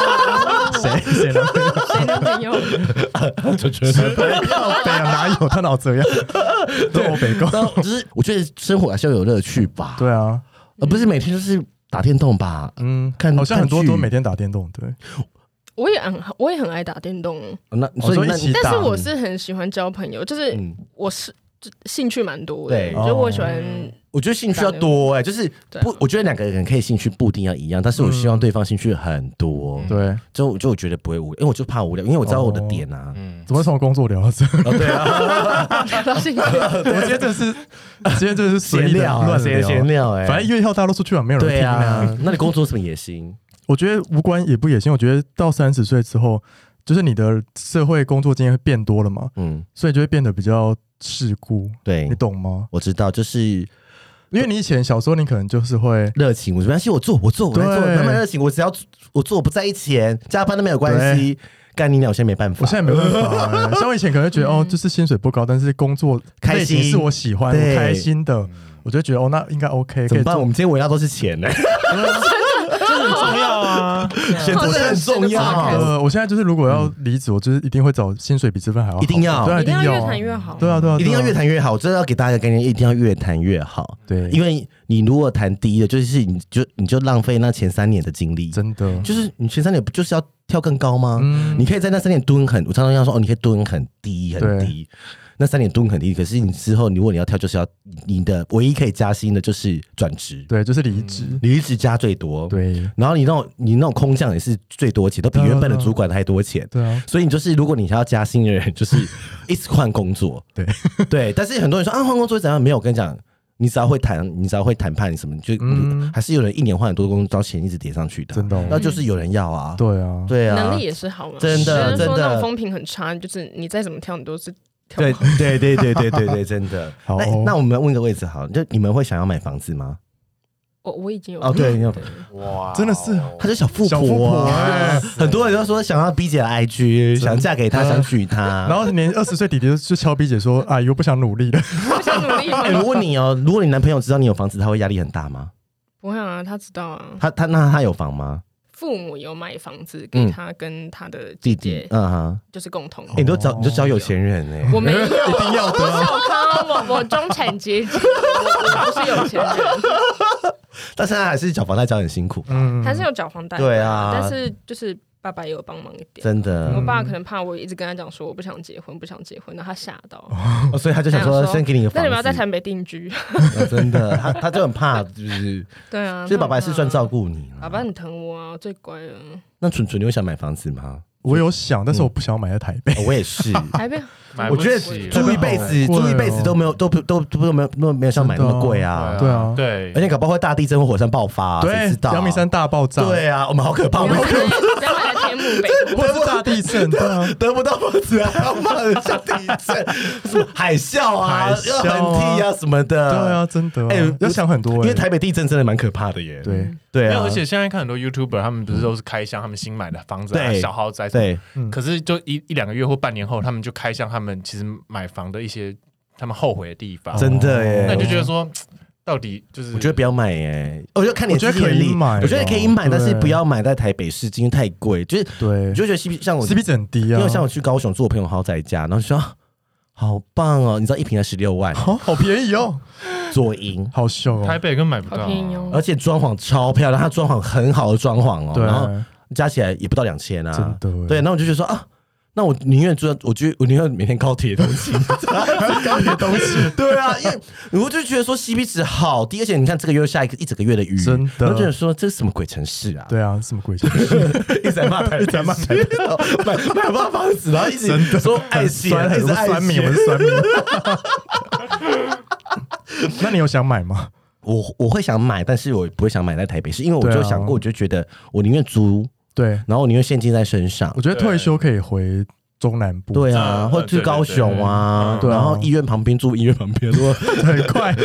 A: 谁谁能
C: 谁男朋友？
B: 就觉 得
A: 对啊，哪有他哪有 这样，都我北
B: 然
A: 宫，
B: 后就是我觉得生活还是要有乐趣吧，
A: 对啊，
B: 而不是每天就是打电动吧。
A: 嗯，
B: 看
A: 好像
B: 看
A: 很多
B: 剧嗯
A: 都每天打电动，对，
C: 我也很我也很爱打电动，
B: 那
A: 哦
B: 所以
A: 所以
B: 那
A: 一起
C: 但是
A: 打
C: 我是很喜欢交朋友，就是
B: 嗯，
C: 我是就兴趣蛮多的，
B: 对
C: 就我喜欢
B: 我觉得兴趣要多哎，就是
C: 对啊
B: 不，我觉得两个人可以兴趣不一定要一样，但是
A: 嗯
B: 我希望对方兴趣很多。
A: 对，
B: 就就我觉得不会无聊，因为我就怕无聊，因为我知道我的
A: 哦
B: 点啊。
D: 嗯，
A: 怎么会从工作聊到 这？
B: 对啊，
C: 聊到 兴趣，
A: 我今天真的是，今天真的是随
B: 闲
A: 意的
B: 聊啊，
A: 乱
B: 闲
A: 聊，
B: 闲聊哎，
A: 反正约一号大家都出去玩，没有人
B: 对
A: 听
B: 啊。那你工作有什么野心？
A: 我觉得无关也不野心，我觉得到三十岁之后，就是你的社会工作经验会变多了嘛，
B: 嗯，
A: 所以就会变得比较世故，
B: 对
A: 你，懂吗？
B: 我知道，就是
A: 因为你以前小时候，你可能就是 会
B: 热情，我没关系，我做我做我来做，
A: 对
B: 那么热情，我只要我做我不在意钱，加班都没有关系。干你鸟，我现在没办法，
A: 我现在没办法、欸，像我以前可能会 觉得
B: 嗯
A: 哦，就是薪水不高，但是工作
B: 开
A: 类型
B: 心
A: 是我喜欢、
B: 对嗯
A: 我开心的，我就觉得哦，那应该 OK，
B: 怎
A: 可以
B: 么办？我
A: 做。
B: 们今天围绕都是钱呢，
D: 这很重要啊。
B: 选择很重
C: 啊
B: 要，啊
A: 呃，我现在哦就是如果要离职，我就是一定会找薪水比这份还要好，
B: 一定要
A: 对啊，
C: 一定要
A: 要啊
C: 越谈越好
A: 对啊，对啊，
B: 一定要
A: 对啊
B: 越谈越好。真的要给大家的概念，一定要越谈越好。
A: 对，
B: 因为你如果谈低的，就是你就你就浪费那前三年的精力。
A: 真的，
B: 就是你前三年不就是要跳更高吗？
A: 嗯
B: 你可以在那三年蹲很，我常常要说哦，你可以蹲很低很
A: 对
B: 低。那三年蹲很低，可是你之后如果你要跳，就是要你的唯一可以加薪的就是转职，
A: 对，就是离职，
B: 离职加最多。，
A: 对，
B: 然后你那种你那种空降也是最多钱，都比
A: 对啊
B: 原本的
A: 对啊
B: 主管还多钱。
A: 对啊，
B: 所以你就是，如果你想要加薪 的人，就是一直换工作，
A: 对
B: 对。但是很多人说啊，换工作会怎样？没有，我跟你讲，你只要会谈，你只要会谈判，你什么，你就、
A: 嗯
B: 还是有人一年换很多工作，到钱一直叠上去的，
A: 真的哦
B: 那就是有人要啊，
A: 对啊，
B: 对啊，
C: 能力也是好嘛。
B: 真的
C: 有人说
B: 真的
C: 那种风评很差，就是你再怎么跳，你都是跳
B: 对
C: 不好。
B: 对对对对对对，真的。
A: 好哦
B: 那那我们问个位置好，就你们会想要买房子吗？
C: 我我已经有
B: 哦，对，你有
D: 哇，
A: 真的是
B: 她是小富
A: 小富
B: 婆
A: 婆
B: 啊
A: 哎，
B: 很多人都说想要 B 姐的 IG，想嫁给他，想娶他。
A: 哎然后连二十岁弟弟就就敲逼姐说：“阿姨，我不想努力了。
C: 不想努力 吗
B: 哎，我问你哦，如果你男朋友知道你有房子，他会压力很大吗？
C: 不会啊，他知道啊。
B: 他他那他有房吗？
C: 父母有买房子给他跟他的
B: 嗯弟
C: 姐
B: 弟
C: 姐，，
B: 嗯哈，
C: 就是共同。
B: 哎你都找你就找有钱人哎，
C: 我没哦 有，一定要的。啊 小康，我我中产阶级，我不是有钱人，
B: 但是他还是缴房贷缴很辛苦”，
A: 嗯，
C: 还是有缴房贷。
B: 对啊
C: 但是就是爸爸也有帮忙一点。
B: 真的，
C: 我爸可能怕我一直跟他讲说我不想结婚，不想结婚，然后他吓到。
B: 哦所以他就想说
C: 他想说
B: 先给你一个
C: 那
B: 房
C: 你
B: 子，
C: 们要在台北定居？
B: 哦真的，他他就很怕，就是
C: 对啊，
B: 所以爸爸
C: 他很怕
B: 是算照。顾你啊。
C: 爸爸很疼我啊，最乖了。
B: 那纯纯，你有想买房子吗？
A: 我有想，但是我不想买在台北。
B: 哦我也是，
C: 台北
D: 买
B: 我
D: 不
B: 觉得
D: 起啊
B: 租一辈子，
A: 好贵哦
B: 租一辈子都没有，都不都都没有没有没有像买那么贵啊。
A: 对啊
D: 对，
B: 而且搞不好会大地震或火山爆发啊，谁知道？
A: 阳明山，大爆炸，，
B: 对啊，我们好可怕，我
C: 不
B: 们
C: 要买不要买在天 母北部。
A: 或者是大地震，对啊，
B: 得不到房子还要骂人像地震、什么海啸啊、
A: 海
B: 要
A: 啸啊
B: 横替啊什么的。
A: 对啊，，真的啊，
B: 哎我
A: 要想很多
B: 因
A: 欸，
B: 为台北地震真的蛮可怕的耶。
A: 对，
B: 对
D: 没
B: 啊，
D: 有而且现在看很多 YouTuber，他们不是都是开箱他们新买的房子、啊、
B: 嗯对
D: 小豪宅什么的
B: 对
A: 嗯
D: 可是就一一两个月或半年后，他们就开箱他们其实买房的一些他们后悔的地方，
B: 真
A: 哦
B: 的耶
D: 那你就觉得说，到底就是
B: 我觉得不要买耶，我就看你
A: 我觉得
B: 自己的
A: 可以
B: 力
A: 买
B: 我觉得可以
A: 哦
B: 买，但是
A: 对
B: 不要买在台北市，因为太贵。就是
A: 对
B: 你就觉得 CP 像我
A: ，CP 值很低啊，
B: 因为像我去高雄住我朋友豪宅家，然后就说啊好棒哦，你知道一瓶才十六 万
A: 好好便宜哦，
B: 左银，
A: 好秀
D: 台
A: 哦，
D: 北根本买不到、啊
C: 好便宜哦
B: 而且装潢超漂亮，它装潢很好的装潢哦，
A: 对
B: 然后加起来也不到两千啊，
A: 真的耶
B: 对，那我就觉得说啊。那我宁愿住在，我觉得我宁愿每天高铁通 勤，高铁通勤， 对啊，因为我就觉得说 CP 值好低，而且你看这个月又下一个一整个月的雨，
A: 真的
B: 然后就想说这是什么鬼城市啊？
A: 对啊，什么 鬼？
B: 一直在骂台，一直在骂台，买买不到房子，然后一直说爱钱，
A: 酸
B: 一
A: 很
B: 直爱
A: 酸民，
B: 钱
A: 我是酸民。 那你有想买吗？
B: 我我会想买，但是我不会想买在台北市，因为我
A: 对啊
B: 就想过，我就觉得我宁愿租，
A: 对，
B: 然后我宁愿现金在身上
A: 我。觉得退休可以回中南部，
B: 对
D: 啊
B: 啊，或者去
D: 对对
B: 高雄啊，
A: 对对对嗯
B: 然后医院旁边住医院旁边，如果
A: 很快，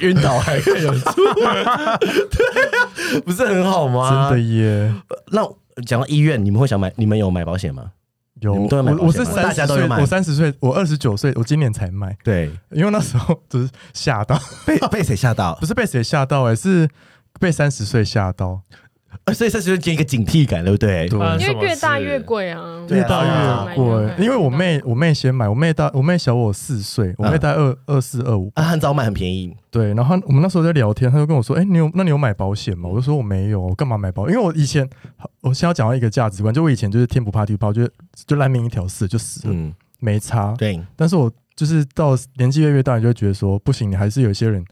B: 晕倒还可以有住，对啊，不是很好吗？
A: 真的耶，
B: 那讲到医院，你们会想买？你们有买保险吗？
A: 有
B: 你们都有买
A: 我
B: 保
A: 我
B: 险
A: 是
B: 吗
A: 三
B: 大
A: 十
B: 家都有
A: 岁，
B: 买
A: 我三十岁，我二十九岁，我今年才买，
B: 对，
A: 因为那时候只是吓到，
B: 被啊被谁吓到
A: 不？是被谁吓到、欸，是被三十岁吓到，
B: 呃所以这就是一个警惕感，对不对？
A: 对
D: 啊
C: 因为越大越贵啊，
B: 对啊
A: 越大越
C: 对啊
A: 贵。因为我妹，我妹先买，我妹大，我妹小我四岁，
B: 嗯
A: 我妹大概二二四二五，
B: 啊，很早买很便宜，
A: 对。然后她我们那时候在聊天，她就跟我说：“哎、你有那你有买保险吗？”我就说：“我没有，我干嘛买保？因为我以前，我先要讲到一个价值观，就我以前就是天不怕地不怕，就就烂命一条死就死了，
B: 嗯，
A: 没差。
B: 对，
A: 但是我就是到年纪越来越大，你就会觉得说不行，你还是有一些人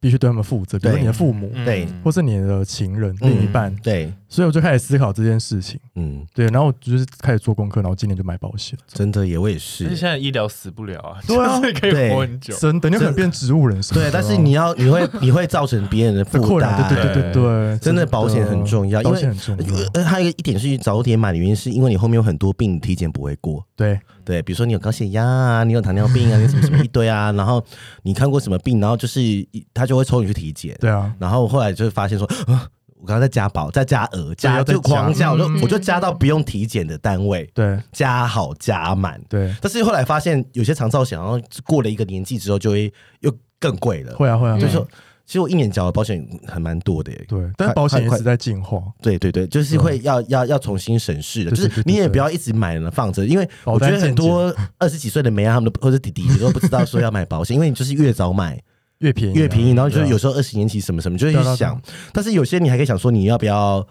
A: 必须对他们负责，比如
B: 对嗯
A: 你的父母。
D: 嗯
B: 对
A: 或是你的情人、另一半，
B: 对，
A: 所以我就开始思考这件事情。
B: 嗯，
A: 对，然后我就是开始做功课，然后今年就买保险。
B: 真的也我也
D: 而且
B: 是。
D: 现在医疗死不了啊，
A: 对啊
D: 就是可以活很久。
A: 真的，你有可能变植物人生。
B: 对，但是你要你会你会造成别人的
A: 哦的
B: 负
A: 困扰，
B: 担，哎
A: 对对对对对，
B: 真的保险很重要，因
A: 保
B: 为
A: 险很重要。
B: 呃还有一个一点是早点买的原因，是因为你后面有很多病体检不会过。
A: 对，
B: 对，比如说你有高血压啊，你有糖尿病啊，你什么什么一堆 啊，然后你看过什么病，然后就是一他就会抽你去体检，
A: 对啊，
B: 然后后来就会发现说，啊，我刚刚在加保，在加额，加
A: 要再
B: 就狂
A: 加
B: 加，我就
A: 嗯
B: 我就加到不用体检的单位，
A: 对
B: 加好加满。
A: 对，
B: 但是后来发现有些长照险，然后过了一个年纪之后，就会又更贵了。
A: 会啊会啊，
B: 就是说其实我一年缴的保险还蛮多的耶。
A: 对，但保险也是在进化，
B: 对对对，就是会要要要重新审视的，
A: 嗯对
B: 就
A: 对对
B: 是你
A: 对
B: 也
A: 对
B: 不要一直买了放着，因为
A: 保
B: 我觉
A: 单
B: 得
A: 见
B: 很多二十几岁的梅啊，他们都或者弟弟都不知道说要买保险，因为你就是越早买
A: 越便宜啊
B: 越便宜，然后就是
A: 对啊
B: 有时候二十年期什么什么，就会
A: 对啊对
B: 去
A: 啊
B: 想。但是有些你还可以想说你要不要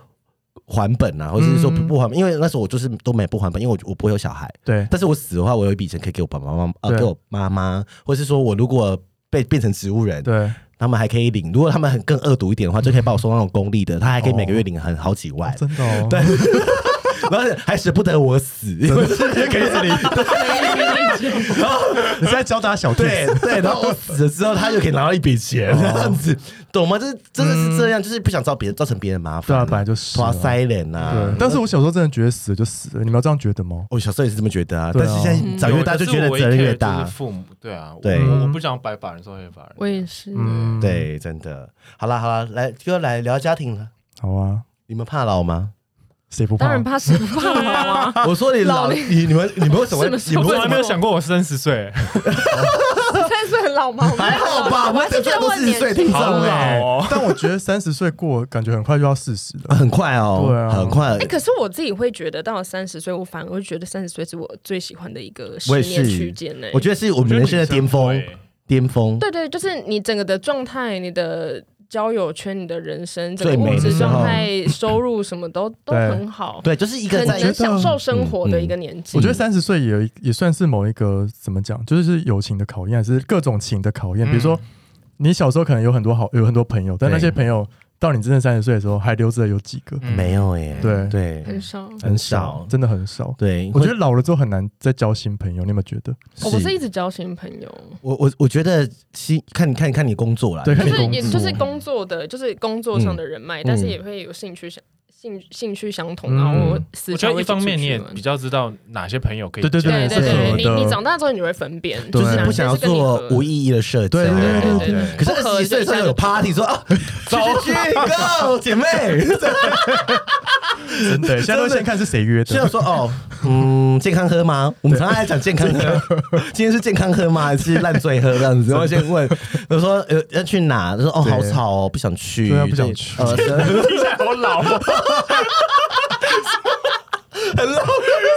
B: 还本啊，或者是说不
A: 嗯
B: 不还本，因为那时候我就是都买不还本，因为我我不会有小孩，
A: 对
B: 但是我死的话，我有一笔钱可以给我爸爸妈妈，呃，
A: 对
B: 给我妈妈，或是说我如果被变成植物人，
A: 对，
B: 他们还可以领。如果他们很更恶毒一点的话，就可以把我送到那种公立的，他还可以每个月领很好几万，
A: 真的哦，
B: 对，然后还舍不得我死，因为
A: 也可以这里，
B: 然后
A: 你是在教大家小
B: 对
A: tips，
B: 对，然后我死了之后，他就可以拿到一笔钱，这样子，懂吗？就是真的是这样，就是不想造别人造成别人麻
A: 对
B: 烦
A: 啊，
B: 嗯啊，
A: 本来就是啊
B: 花塞脸呐
A: 对。。但是我小时候真的觉得死了就死了，你们要这样觉得吗？
B: 我小时候也是这么觉得啊，嗯
A: 对
B: 但
A: 啊
B: 是现在长越大就觉得
D: 有可是
B: 责
D: 我
B: 任
D: 一
B: 越
D: care
B: 大
D: 就是。父母对啊，我
B: 对
D: 我我不想白法人受黑法人。
C: 我也是，啊
A: 嗯，，
B: 对，真的。好啦好啦，来就来聊家庭了。
A: 好啊，
B: 你们怕老吗？
A: 谁不
C: 当
A: 怕
C: 然？怕死不怕老啊，
B: 我说你老，
C: 老
B: 你你们你们为什么会？
C: 什么时
B: 你
C: 候
B: 们
D: 我
B: 为
D: 从
B: 什
D: 来
B: 么
D: 没有想过我三十岁，
C: 三十岁很老吗？我啊们
B: 还好吧？我
C: 我
B: 们
C: 还
B: 得
C: 是
B: 罪
C: 在
B: 都
C: 问
B: 四十
C: 年啊
B: 岁
C: 纪。
B: 听众
D: 好
B: 哎
D: 老，哦。
A: 但我觉得三十岁过，感觉很快就要四十了。
B: 很快哦，
A: 对啊
B: 很快
C: 哎、。可是我自己会觉得，到了三十岁，我反而会觉得三十岁是我最喜欢的一个十
B: 我也
C: 年
B: 是
C: 区间欸呢、
B: 我觉得是我们人生的巅峰，
A: 欸
B: 巅峰。
C: 对对，就是你整个的状态，你的交友圈、你的人生、整
B: 最
C: 个
B: 美
C: 物
A: 的
C: 质
A: 时
C: 状
A: 候
C: 态、收入什么都都
A: 对
C: 很好，
B: 对，就是一个
C: 很
B: 在
C: 能享受生活的一个年纪。
A: 我觉得三十岁也有一也算是某一个怎么讲，就是友情的考验，还是各种情的考验。
D: 嗯
A: 比如说，你小时候可能有很多好有很多朋友，但
B: 对
A: 那些朋友到你真正三十岁的时候，还留着的有几个？
D: 嗯
B: 没有耶，
A: 对
B: 对，
C: 很少。
B: 很少。
A: 真的很少。
B: 对，
A: 我觉得老了之后很难再交新朋友，你有没有觉得？
C: 哦我不是一
B: 是
C: 直交新朋友，
B: 我我我觉得新看看看你工作啦，
A: 对
B: 你
C: 就
A: 看
C: 是
A: 工
C: 也
A: 作
C: 就是工作的，就是工作上
B: 嗯
C: 的人脉，但是
B: 嗯
C: 也会有兴趣相兴兴趣相同，
A: 嗯
C: 然后私
D: 我
C: 下
D: 觉得
C: 会
D: 一
C: 起
D: 方面
C: 出
D: 你
C: 去
D: 也
C: 玩
D: 比较知道哪些朋友可以
A: 对对
D: 交
C: 对对
A: 适合
C: 对，你
A: 的
C: 你长大之后你会分辨，
A: 对
B: 就是不想要做无
C: 义。
B: 意义的社交。
A: 对对对对
C: 对对对
B: 可是二十几岁的时候有 party 说 啊，走去 go 姐妹，
A: 真 的，现在都先看是谁约
B: 所以我
A: 的。
B: 说哦，嗯，健康喝吗？我们常常爱讲健康喝， 今天是健康喝吗？还是烂醉喝这样 子？我先问，我说呃要去哪？他说哦，
A: 对
B: 好吵哦，不想去，
A: 对啊不想去
B: 呃， 是
D: 听起来好老哦。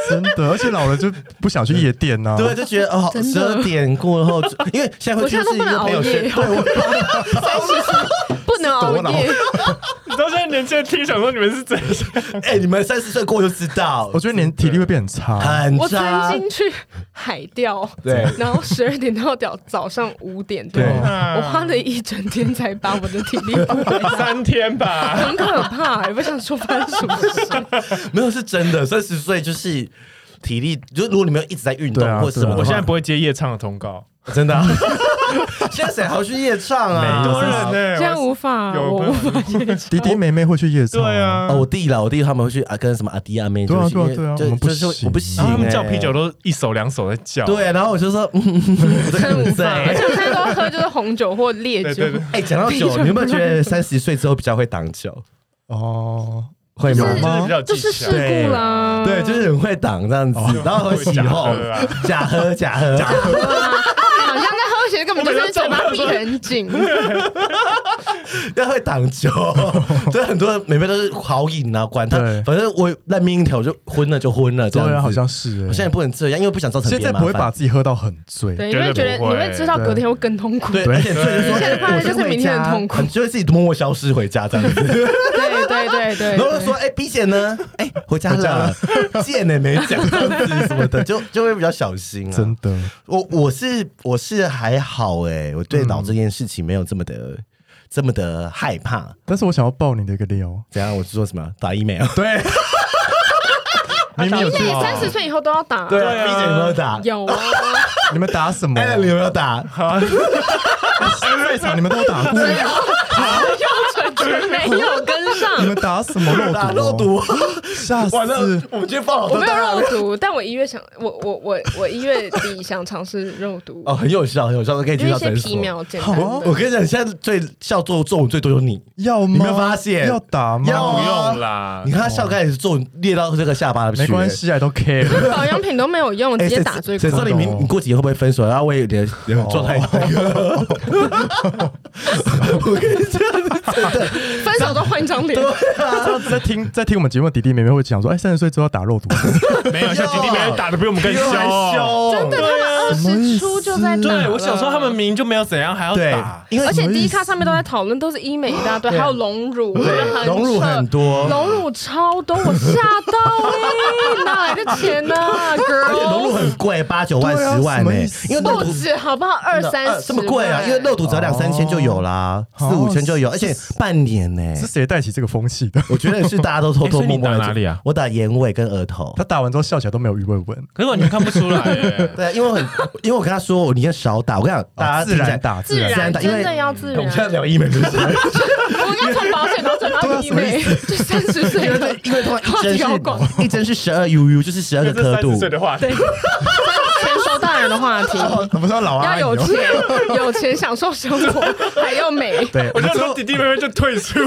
A: 真的，而且老了就不想去夜店呐、啊。
B: 对，就觉得哦，
C: 真
B: 十
C: 的
B: 二点过后，因为现在
C: 我
B: 回去
C: 现
B: 就
C: 在
B: 是
C: 都
B: 一
C: 不能
B: 个
C: 熬
B: 朋友圈
C: 夜，，
B: 对我
C: 三十岁不能熬
B: 多老
C: 夜，
D: 你知道现在年轻人听想说你们是怎样？
B: 哎，你们三十岁过就知道
A: 我，觉得年体力会变很差。
B: 很
C: 我
B: 渣
C: 曾。经去海钓，
B: 对
C: 然后十二点到早早上五点多，
A: 对
C: 我花了一整天才把我的体力补回来，
D: 三天吧。
C: 很可怕、欸，我想说发生什么事。
B: 没有是真的，三十岁就是体力，就是如果你没有一直在运动
A: 对啊
B: 或者什么的话，
A: 对啊
D: 我现在不会接夜唱的通告，
B: 真的啊、 现在谁还要去夜唱啊？
A: 没有多人
D: 呢
C: 现在无法，
D: 欸有
C: 我
D: 朋友
C: 无法接受。
A: 弟弟妹妹会去夜场、
D: 对，啊
B: 哦，，我弟啦，我弟他们会去啊，跟什么阿弟阿妹，
A: 对啊
B: 就是
A: 对啊
B: 因为
A: 对啊
B: 就
A: 我们不
B: 就是
A: 行
B: 我不行、哎
D: 然啊后他们
B: 欸
D: 叫啤酒。都一手两手在叫。
B: 对，然后我就说， 嗯，我真的
C: 真无
B: 很
C: 法，而
B: 醉
C: 且。我现在都喝就是红酒或烈
D: 对
C: 酒
D: 对，对，
B: 哎，讲到
C: 啤酒
B: 酒，你有没有觉得三十岁之后比较会挡酒？
A: 哦，
B: 会
C: 就
B: 吗
C: 是？
D: 就是比较有技
C: 就
D: 巧
C: 是事故啦。
B: 对，就是很会挡这样子，
A: 哦
B: 然后很喜后
D: 会
B: 假喝假喝，假喝
C: 对啊好像在喝血，根本就是嘴巴闭很紧。
B: 要会挡 酒，所以很多人每杯都是好饮啊，管他
A: 对，
B: 反正我烂命一条就昏了就昏了这
A: 对
B: 样子。
A: 啊，好像是、欸。
B: 我现在不能这样，因为不想造成别
A: 现
B: 人
A: 在不会
B: 麻
A: 把
B: 烦
A: 自己喝到很醉，
C: 对，你
D: 绝对
C: 会觉得
D: 不
C: 你
D: 会
C: 会知道隔天会更痛苦。
B: 对，
A: 对
B: 而且所以就说
C: 现在怕
B: 哎
C: 的就是
B: 我先回
C: 明天
B: 家
C: 很痛苦
B: 很就会自己默默消失回家这样子。
C: 对对对对。
B: 然后就说：“哎，B 姐呢？哎，回家了， 见呢没讲这样子什么的，就就会比较小心啊
A: 真。的。
B: 我我是我是还好哎，我对老这件事情没有这么的这么的害怕。
A: 但是我想要爆你的一个 料，
B: 怎样？我是说什么打医美啊？
A: 对，明明有
D: 啊
C: 对，
A: 去，
C: 哎三十岁以后都要打。
B: 啊，B 姐有没有打？
C: 有啊，
A: 你们打什么？
B: 哎，你有没有打？
A: 赛场你们都 打
B: 啊
A: 过，你
C: 没有跟
A: 们
C: 上。
A: 打什么
B: 打
A: 肉
B: 肉
A: 毒？哦
B: 毒，
A: 吓死！
B: 完了，我们今天放好
C: 我
B: 多
C: 没
B: 大
C: 有
B: 量
C: 肉毒，但我一月想，我我我我一月底想尝试肉毒，
B: 哦，很有效，很有效，可以
C: 因
B: 去
C: 为
B: 到
C: 一些
B: 诊
C: 皮
B: 所。
C: 秒简单
A: 好啊
B: 我
C: 的。
B: 跟你讲，现在最笑做皱纹最多有你，
A: 要吗？
B: 你没有发现
A: 要打吗？
B: 要
D: 不
B: 啊
D: 用啦
B: 你，看他笑开始皱纹裂到这个下巴去，
A: 没关。系啊，都 care。
C: 保养品都没有用，
B: 哎，
C: 直接打最
B: 谁知道
C: 快。
B: 你明你过几天会不会分手？然后我也有点有点状态。我跟你讲，真的，
C: 分手都换一张脸，
A: 这样子在听在听我们节目的弟弟妹妹会讲说，哎，三十岁之后要打肉毒，
D: 没有，像姐弟妹打的比我们更
B: 又来
D: 凶。
B: 凶
C: 真的，他们二
A: 什么意思
C: 十出就在打
D: 对，
C: 了
D: 我想说他们明明就没有怎样，还要
B: 对
D: 打，。
B: 因为
C: 而且
A: 什么意
C: 第一
A: 思
C: 卡上面都在讨论，都是医美一大堆，还有隆乳，我觉得很
B: 融入
C: 扯
B: 很多，
C: 隆乳超多，我吓 到哎、哪来的钱呢、
B: 而且融入
C: girl？
B: 很贵，八九万、
A: 对啊
B: 十万
A: 什么
B: 呢
A: 意思，
B: 因为肉
C: 不
B: 毒
C: 止好不好？二三
B: 呃
C: 十
B: 这么贵啊，
C: 万
B: 因为肉毒只要两三千就有啦，四
A: 哦
B: 五千就有，而且半年呢。
A: 是哎谁带起这个风气 的？
B: 我觉得是大家 都偷偷摸摸
D: 诶所以你打
B: 地
D: 哪里啊
B: 我打眼尾跟额头
A: 他。打完之后笑起来都没有余味 闻，
D: 可是完全看不出来耶。
B: 对啊，因为我很，因为我跟他说，我你要少打。我跟你讲，大家
A: 啊自
B: 听起来
A: 然。 打
C: 自
A: 然。
C: 然
B: 自然因为
C: 真的要自
B: 哎我
C: 然
B: 们现。在聊医美 是不啊是？
C: 我刚从保险到转到医美，就三十岁
B: 因为
C: 了
B: 对，因为通常一针
C: 话题好广
B: 是一针是十二 UU，就是十二个刻度。
D: 的话，
C: 全收大人 的话题，
A: 不是老阿
C: 要
A: 姨
C: 有
A: 哦
C: 钱，
B: 哎
C: 有钱享受生活，还要美。
A: 对，
D: 我就说弟弟妹妹就退出。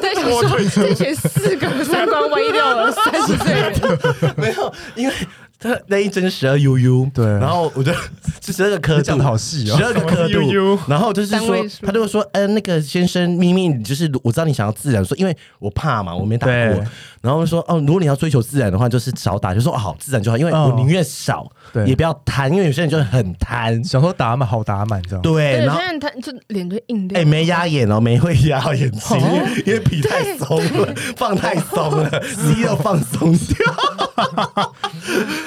C: 对，想说这群四个三观歪掉了三十岁
B: 哎
C: 人，
B: 没有，因为他那一针十二 UU，
A: 对
B: 然后我就是十二个刻
A: 你
B: 度，
A: 讲得好细哦
B: 十二个刻
D: 什么是
B: 度
D: UU，
B: 然后就是
C: 单
B: 说
C: 位，数
B: 他就说，嗯、那个先生，咪咪，你就是我知道你想要自然，说因为我怕嘛，我没打过
A: 对，
B: 然后说，哦，如果你要追求自然的话，就是少打，就说哦好自然就好，因为
A: 哦
B: 我宁愿少，
A: 对
B: 也不要贪，因为有些人就是很贪，
A: 想说打满好打满这样。
B: 对，然
C: 对，有
B: 后
C: 些。人他就脸就硬掉
B: 哎、。没压眼哦，没会压到眼睛，因为皮太松了，放太松 了，肌肉放松 掉。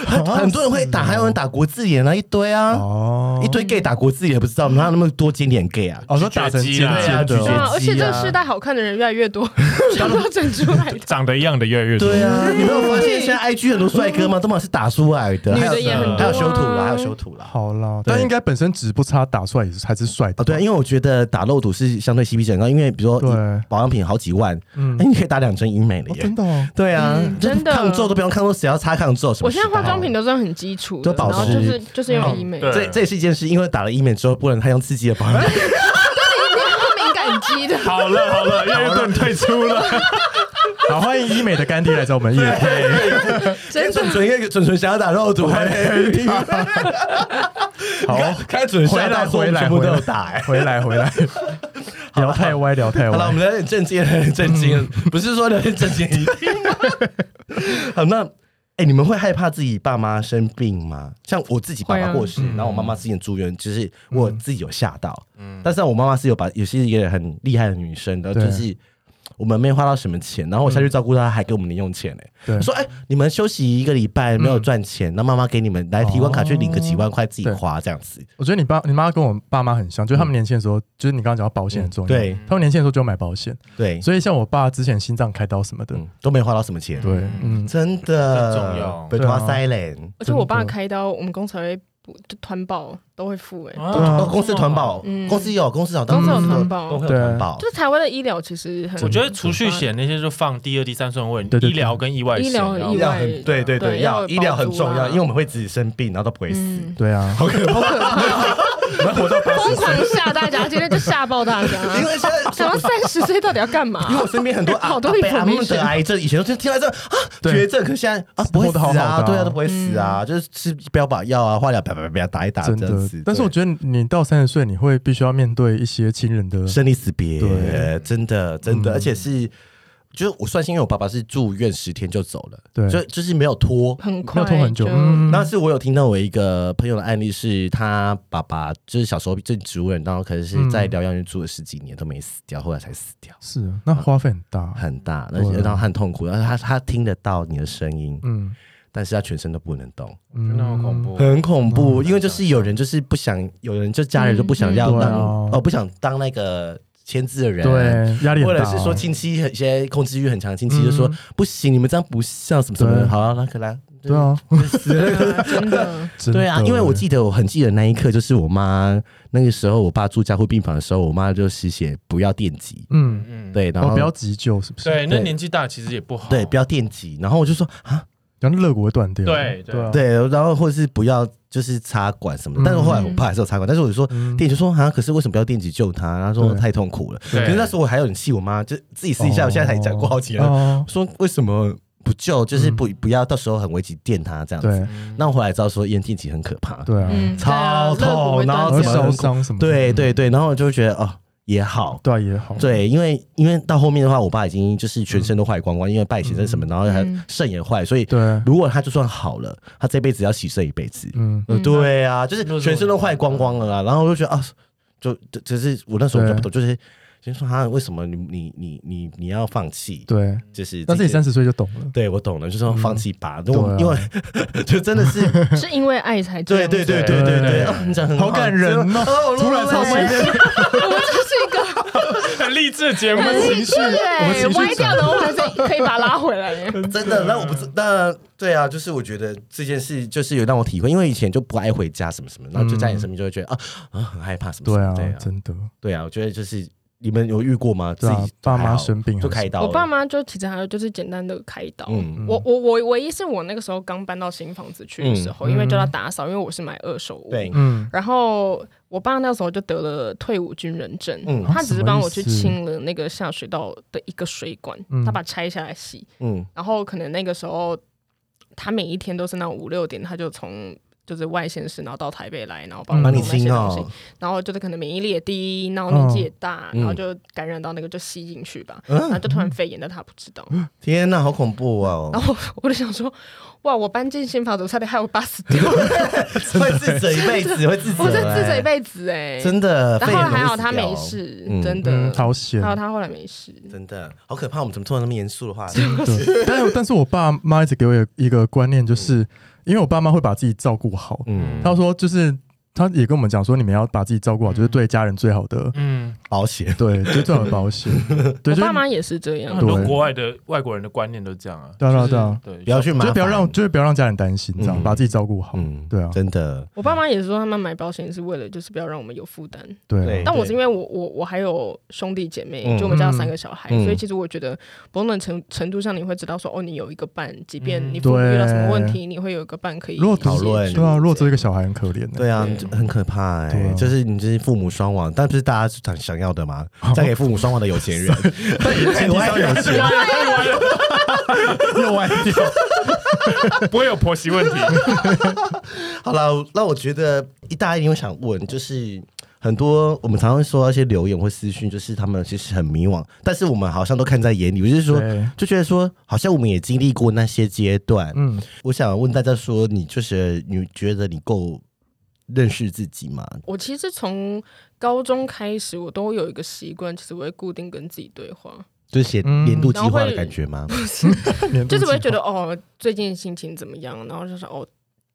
B: 很很多人会打，还有人打国字眼啊，一堆啊，
A: 哦
B: 一堆 gay 打国字眼，不知道哪有那么多经典 gay 啊？
A: 哦，说打成尖尖
B: 对啊
A: 的
B: 咀
C: 对
B: 嚼
A: 哦，
C: 啊，而且这个
B: 啊
C: 世代好看的人越来 越多，全都整出来的。
D: 长得一样的越来越多。
B: 对啊，你没有发现现在 IG 很多帅 哥吗？都嘛是打出来的，
C: 女
B: 还有
C: 的也很多啊
B: 还有修图啦，还有修图啦。
A: 好啦，
B: 对
A: 但应该本身值不差，打出来也是还是帅的。
B: 哦，对啊，因为我觉得打肉毒是相对 CP 值很高，因为比如说
A: 对
B: 保养品好几万，嗯，你可以打两针医美了
A: 哦，
B: 耶。
A: 真的哦，
B: 对啊，就
C: 真的
B: 抗皱都不用抗皱，谁要擦抗皱？什么
C: 我现
B: 时
C: 在
B: 候
C: 化妆品都是很基础的
B: 都，保
C: 然后
B: 湿嗯
C: 就是就是用医美，
D: 对
A: 嗯
B: 这这也是一件事，因为打了医美之后，不能太用刺激的保 养品。
C: 用敏感肌 的。
D: 好了好了，越来越多人退出了。
A: 好欢迎医美的干爹来找我们叶配。
B: 因为准 纯因为准纯想要打肉 毒，还没
A: 好，
B: 看准
A: 回
B: 吓
A: 来
B: 到说我
A: 回
B: 们
A: 来
B: 全部
A: 回
B: 都有
A: 来
B: 打哎。
A: 回来回来，聊太歪聊太
B: 好了，我
A: 歪。
B: 们聊点正经，聊点正经，不是说聊点正经一定。 好，那哎，你们会害怕自己爸妈生病吗？像我自己爸
C: 会
B: 爸
C: 啊
B: 过世，然后我妈妈之前住院，就是我自己有吓到。但是我妈妈是有把，也是一个很厉害的女生，然后就
A: 对
B: 是。我们没花到什么钱，然后我下去照顾她，还给我们零用钱呢、
A: 对
B: 说哎、你们休息一个礼拜没有赚钱，那妈妈给你们来提款卡去领个几万块自己
A: 对
B: 花这样子。
A: 我觉得你爸你妈跟我爸妈很像，就是他们年轻的时候，就是你刚刚讲到保险很重要，
B: 嗯对，
A: 他们年轻的时候就买保险，
B: 对，
A: 所以像我爸之前心脏开刀什么的，
B: 嗯，都没花到什么钱。
A: 对，嗯，
B: 真的
D: 很重要
B: 被
A: 对
B: 花
A: 啊
B: silent，
C: 而且我爸
A: 真的
C: 开刀，我们公司还会补，就团保都会付哎，
A: 对啊
B: 哦公司团保，
C: 嗯
B: 公司有公司有，
C: 公
B: 当然
C: 司有团
B: 嗯都
C: 保
B: 会。有
A: 啊
B: 团保
C: 就。是台湾的医疗其实很，
D: 我觉得储蓄险那些就放第二、第三顺位，
A: 对对对
D: 医疗跟意外
C: 医
D: 险
C: 疗
D: 然
C: 很
D: 后
C: 意
B: 很
C: 外
B: 对对对，
C: 对要
B: 要
C: 有
B: 医疗很
C: 保护
B: 重
C: 啊
B: 要，因为我们会自己生病，然后都不会死。
C: 嗯，
A: 对啊，
B: 好可怕！
C: 疯狂吓大家，今天就吓爆大 家。
B: 因为现在，
C: 想到三十岁到底要干嘛？
B: 因为我身边很多阿
C: 好多
B: 伯阿姆
C: information
B: 得癌症，以前都是听到这啊
A: 对
B: 绝症，可是现在啊不会
A: 活
B: 死
A: 得好好
B: 啊，
A: 的啊
B: 对啊都不会死
C: 嗯
B: 啊，就是吃标靶药啊，化疗啪啪啪啪打一打这
A: 真
B: 样
A: 的
B: 子。。
A: 但是我
B: 对
A: 觉得你到三十岁，你会必须要面对一些亲人的，
B: 生离死别
A: 对，
B: 真的真的，
A: 嗯
B: 而且是。就是我算幸运，我爸爸是住院十天就走了，
A: 对
B: 就就是没有拖，
C: 很
A: 要
C: 快
A: 拖很久，
C: 就
A: 嗯，
B: 但是我有听到我一个朋友的案例是，他爸爸就是小时候正植物人，然后可是在疗养院住了十几年都没死掉，后来才死掉，
A: 是啊那花费很大，
B: 很大，
A: 嗯对
B: 而且让他很痛苦。然后他他听得到你的声音，
A: 嗯
B: 但是他全身都不能动，
A: 嗯
D: 真的好恐。怖。
B: 很恐怖。因为就是有人就是不想，有人就家人就不想要
A: 嗯
B: 当、
A: 对啊
B: 哦，不想当那个签字的人，
A: 对，压力
B: 或
A: 很
B: 者
A: 大。啊
B: 是说亲戚有些控制欲很强，亲戚就说、
A: 嗯
B: 不行，你们这样不像什么什么的。
A: 对
B: 好、啊，那可能
A: 对啊，
C: 真的，
A: 真的
B: 对啊，因为我记得我很记得那一刻，就是我妈那个时候，我爸住加护病房的时候，我妈就吸血不要电击，
A: 嗯，
D: 嗯，
B: 对，然后、
A: 哦，不要急救是不是？
D: 对，那
B: 对
D: 年纪大其实也不好，
B: 对不要电击，然后我就说啊，
A: 然后肋骨会断掉。
D: 对对
A: 对啊，
B: 对，然后或者是不要就是插管什么的，但是后来我爸还是有插管，但是我就说。
A: 嗯
B: 电击说啊，可是为什么不要电击救他？然后说
A: 对
B: 太痛苦了。
D: 对
B: 可是那时候我还有很气我妈，就自己私底下，我现在才讲过好几人，
A: 哦
B: 说为什么不救？就是不、不要到时候很危急电他这样子。
A: 嗯对
B: 那我后来知道说烟电击很可怕，
A: 对啊，
C: 嗯，
B: 超
C: 对啊肋骨
B: 痛
C: 会断
B: 然
A: 然
B: 后
A: 后烧
C: 掉
A: 伤什么的？
B: 对对对，然后我就觉得哦也好，
A: 对啊也好，
B: 对，因为因为到后面的话，我爸已经就是全身都坏光光，因为败血症什么，然后还
C: 嗯
B: 肾也坏，所以
A: 对，
B: 如果他就算好了，他这辈子要洗肾一辈子。
A: 嗯，
B: 呃，
C: 嗯
B: 对啊，就是
D: 那时候
B: 全身都坏光光了啦。然后我就觉得啊，就就只是我那时候我就不懂，就是先说啊他为什么你你你你你要放弃？
A: 对。
B: 就是
A: 但是
B: 这
A: 你
B: 些
A: 三十岁就懂了，
B: 对我懂了，就是说放弃吧，因
A: 对
B: 为
A: 啊
B: 因为 就真的是
C: 是因为爱才这
B: 对
C: 样子
B: 对对
D: 对
B: 对对
A: 对
B: 对，哦你讲得很
A: 好感人哦！突然超前面，
C: 我们这是一个
D: 很 励志的节目，
A: 我们情绪，我们
C: 对
A: 情
C: 歪
A: 绪
C: 掉
A: 转
C: 的，我还是可以把它拉回来耶。
B: 真的，那我不知
A: 嗯
B: 那对啊，就是我觉得这件事就是有让我体会，因为以前就不爱回家什么什么，然后就在你身边就会觉得、啊啊很害怕什么
A: 嗯对
B: 什么，
A: 啊
B: 对啊，，
A: 真的，
B: 对啊，我觉得就是你们有遇过吗？自
A: 对啊
B: 己
A: 爸妈
B: 还好
A: 生病
B: 就
A: 还是
B: 开刀了，
C: 我爸妈就其实还有就是简单的开刀。
B: 嗯
C: 我我我唯一是我那个时候刚搬到新房子去的时候，
A: 嗯
C: 因为叫他打扫，因为我是买二手屋。
B: 对
A: 嗯，
C: 然后我爸那时候就得了退伍军人证，
B: 嗯
C: 他只是帮我去
A: 什么意思
C: 清了那个下水道的一个水管，
A: 嗯
C: 他把它拆下来洗。
B: 嗯
C: 然后可能那个时候他每一天都是那种五六点，他就从就是外县市，然后到台北来，然后
A: 嗯
C: 帮我
B: 帮你
C: 弄那些
B: 清
C: 东西
B: 哦。，
C: 然后就是可能免疫力也低，然后年纪也大，
B: 嗯
C: 然后就感染到那个就吸进去吧，然后就
A: 嗯
C: 突然肺炎，但他不知道。
B: 天哪，好恐怖哦！
C: 然后我就想说，哇，我搬进新房子，我差点害我爸死掉，
B: 会自责一辈子，会自责，
C: 我这
A: 欸
C: 自责一
B: 子，
C: 辈子哎、
B: 真的。
C: 但
B: 肺
C: 后
B: 炎
C: 来
B: 容易
C: 还好
B: 死
C: 他
B: 掉
C: 没，事，
B: 嗯
C: 真的。
A: 嗯，好险
C: 还，好他后来没事，
B: 真的好可怕。我们怎么突然那么严肃的 话题？
A: 对，但但是我爸妈一直给我一个观念，就是因为我爸妈会把自己照顾好，
B: 嗯，
A: 他说就是他也跟我们讲说，你们要把自己照顾好，就是
B: 嗯
A: 对家人最好的，
D: 嗯，
B: 保险
A: 对，就是最好的保险，对，
C: 我
A: 就是
C: 爸妈也是这样
D: 嗯很。多
A: 对
D: 国外的外国人的观念都这样啊，
A: 对啊
D: 就是
A: 对啊
D: 对，
B: 不要去麻
A: 就是
B: 烦，
A: 不要让就是不要让家人担心，这样
B: 嗯
A: 把自己照顾好，
B: 嗯
A: 对啊
B: 真的，
C: 我爸妈也是说，他们买保险是为了就是不要让我们有负担。
A: 对
B: 嗯对
A: 啊，
C: 但我是因为我我我还有兄弟姐妹，
B: 嗯
C: 就我们家有三个小孩，
B: 嗯
C: 所以其实我觉得某种程程度上你会知道说，哦，你有一个伴，即便
D: 嗯
C: 你父母遇到什么问题，你会有一个伴可以
A: 如果
C: 协助
B: 讨论
A: 对啊，如果只有一个
C: 这样
A: 小孩很可怜，
B: 对啊，
C: 对
B: 很可怕
A: 对
B: 哎
A: 啊。
B: 就是你就是父母双亡，但不是大家想想要 的吗？嫁给父母双亡的有钱人，但也
A: 前提是要 有钱又歪掉，
D: 不会有婆媳问题，
B: 好了，那我觉得一大家一定会想问，就是很多我们常常会收到一些留言或私讯，就是他们其实很迷惘，但是我们好像都看在眼里，我就是说。
A: 对，
B: 就觉得说，好像我们也经历过那些阶段。
A: 嗯，
B: 我想问大家说，你就是你觉得你够认识自己吗？
C: 我其实从高中开始，我都有一个习惯，其实我会固定跟自己对话，
B: 就是写
A: 嗯
B: 年度计划的感觉吗？
A: 年度
C: 就是我会
A: 计
C: 觉得哦，最近心情怎么样，然后就是哦。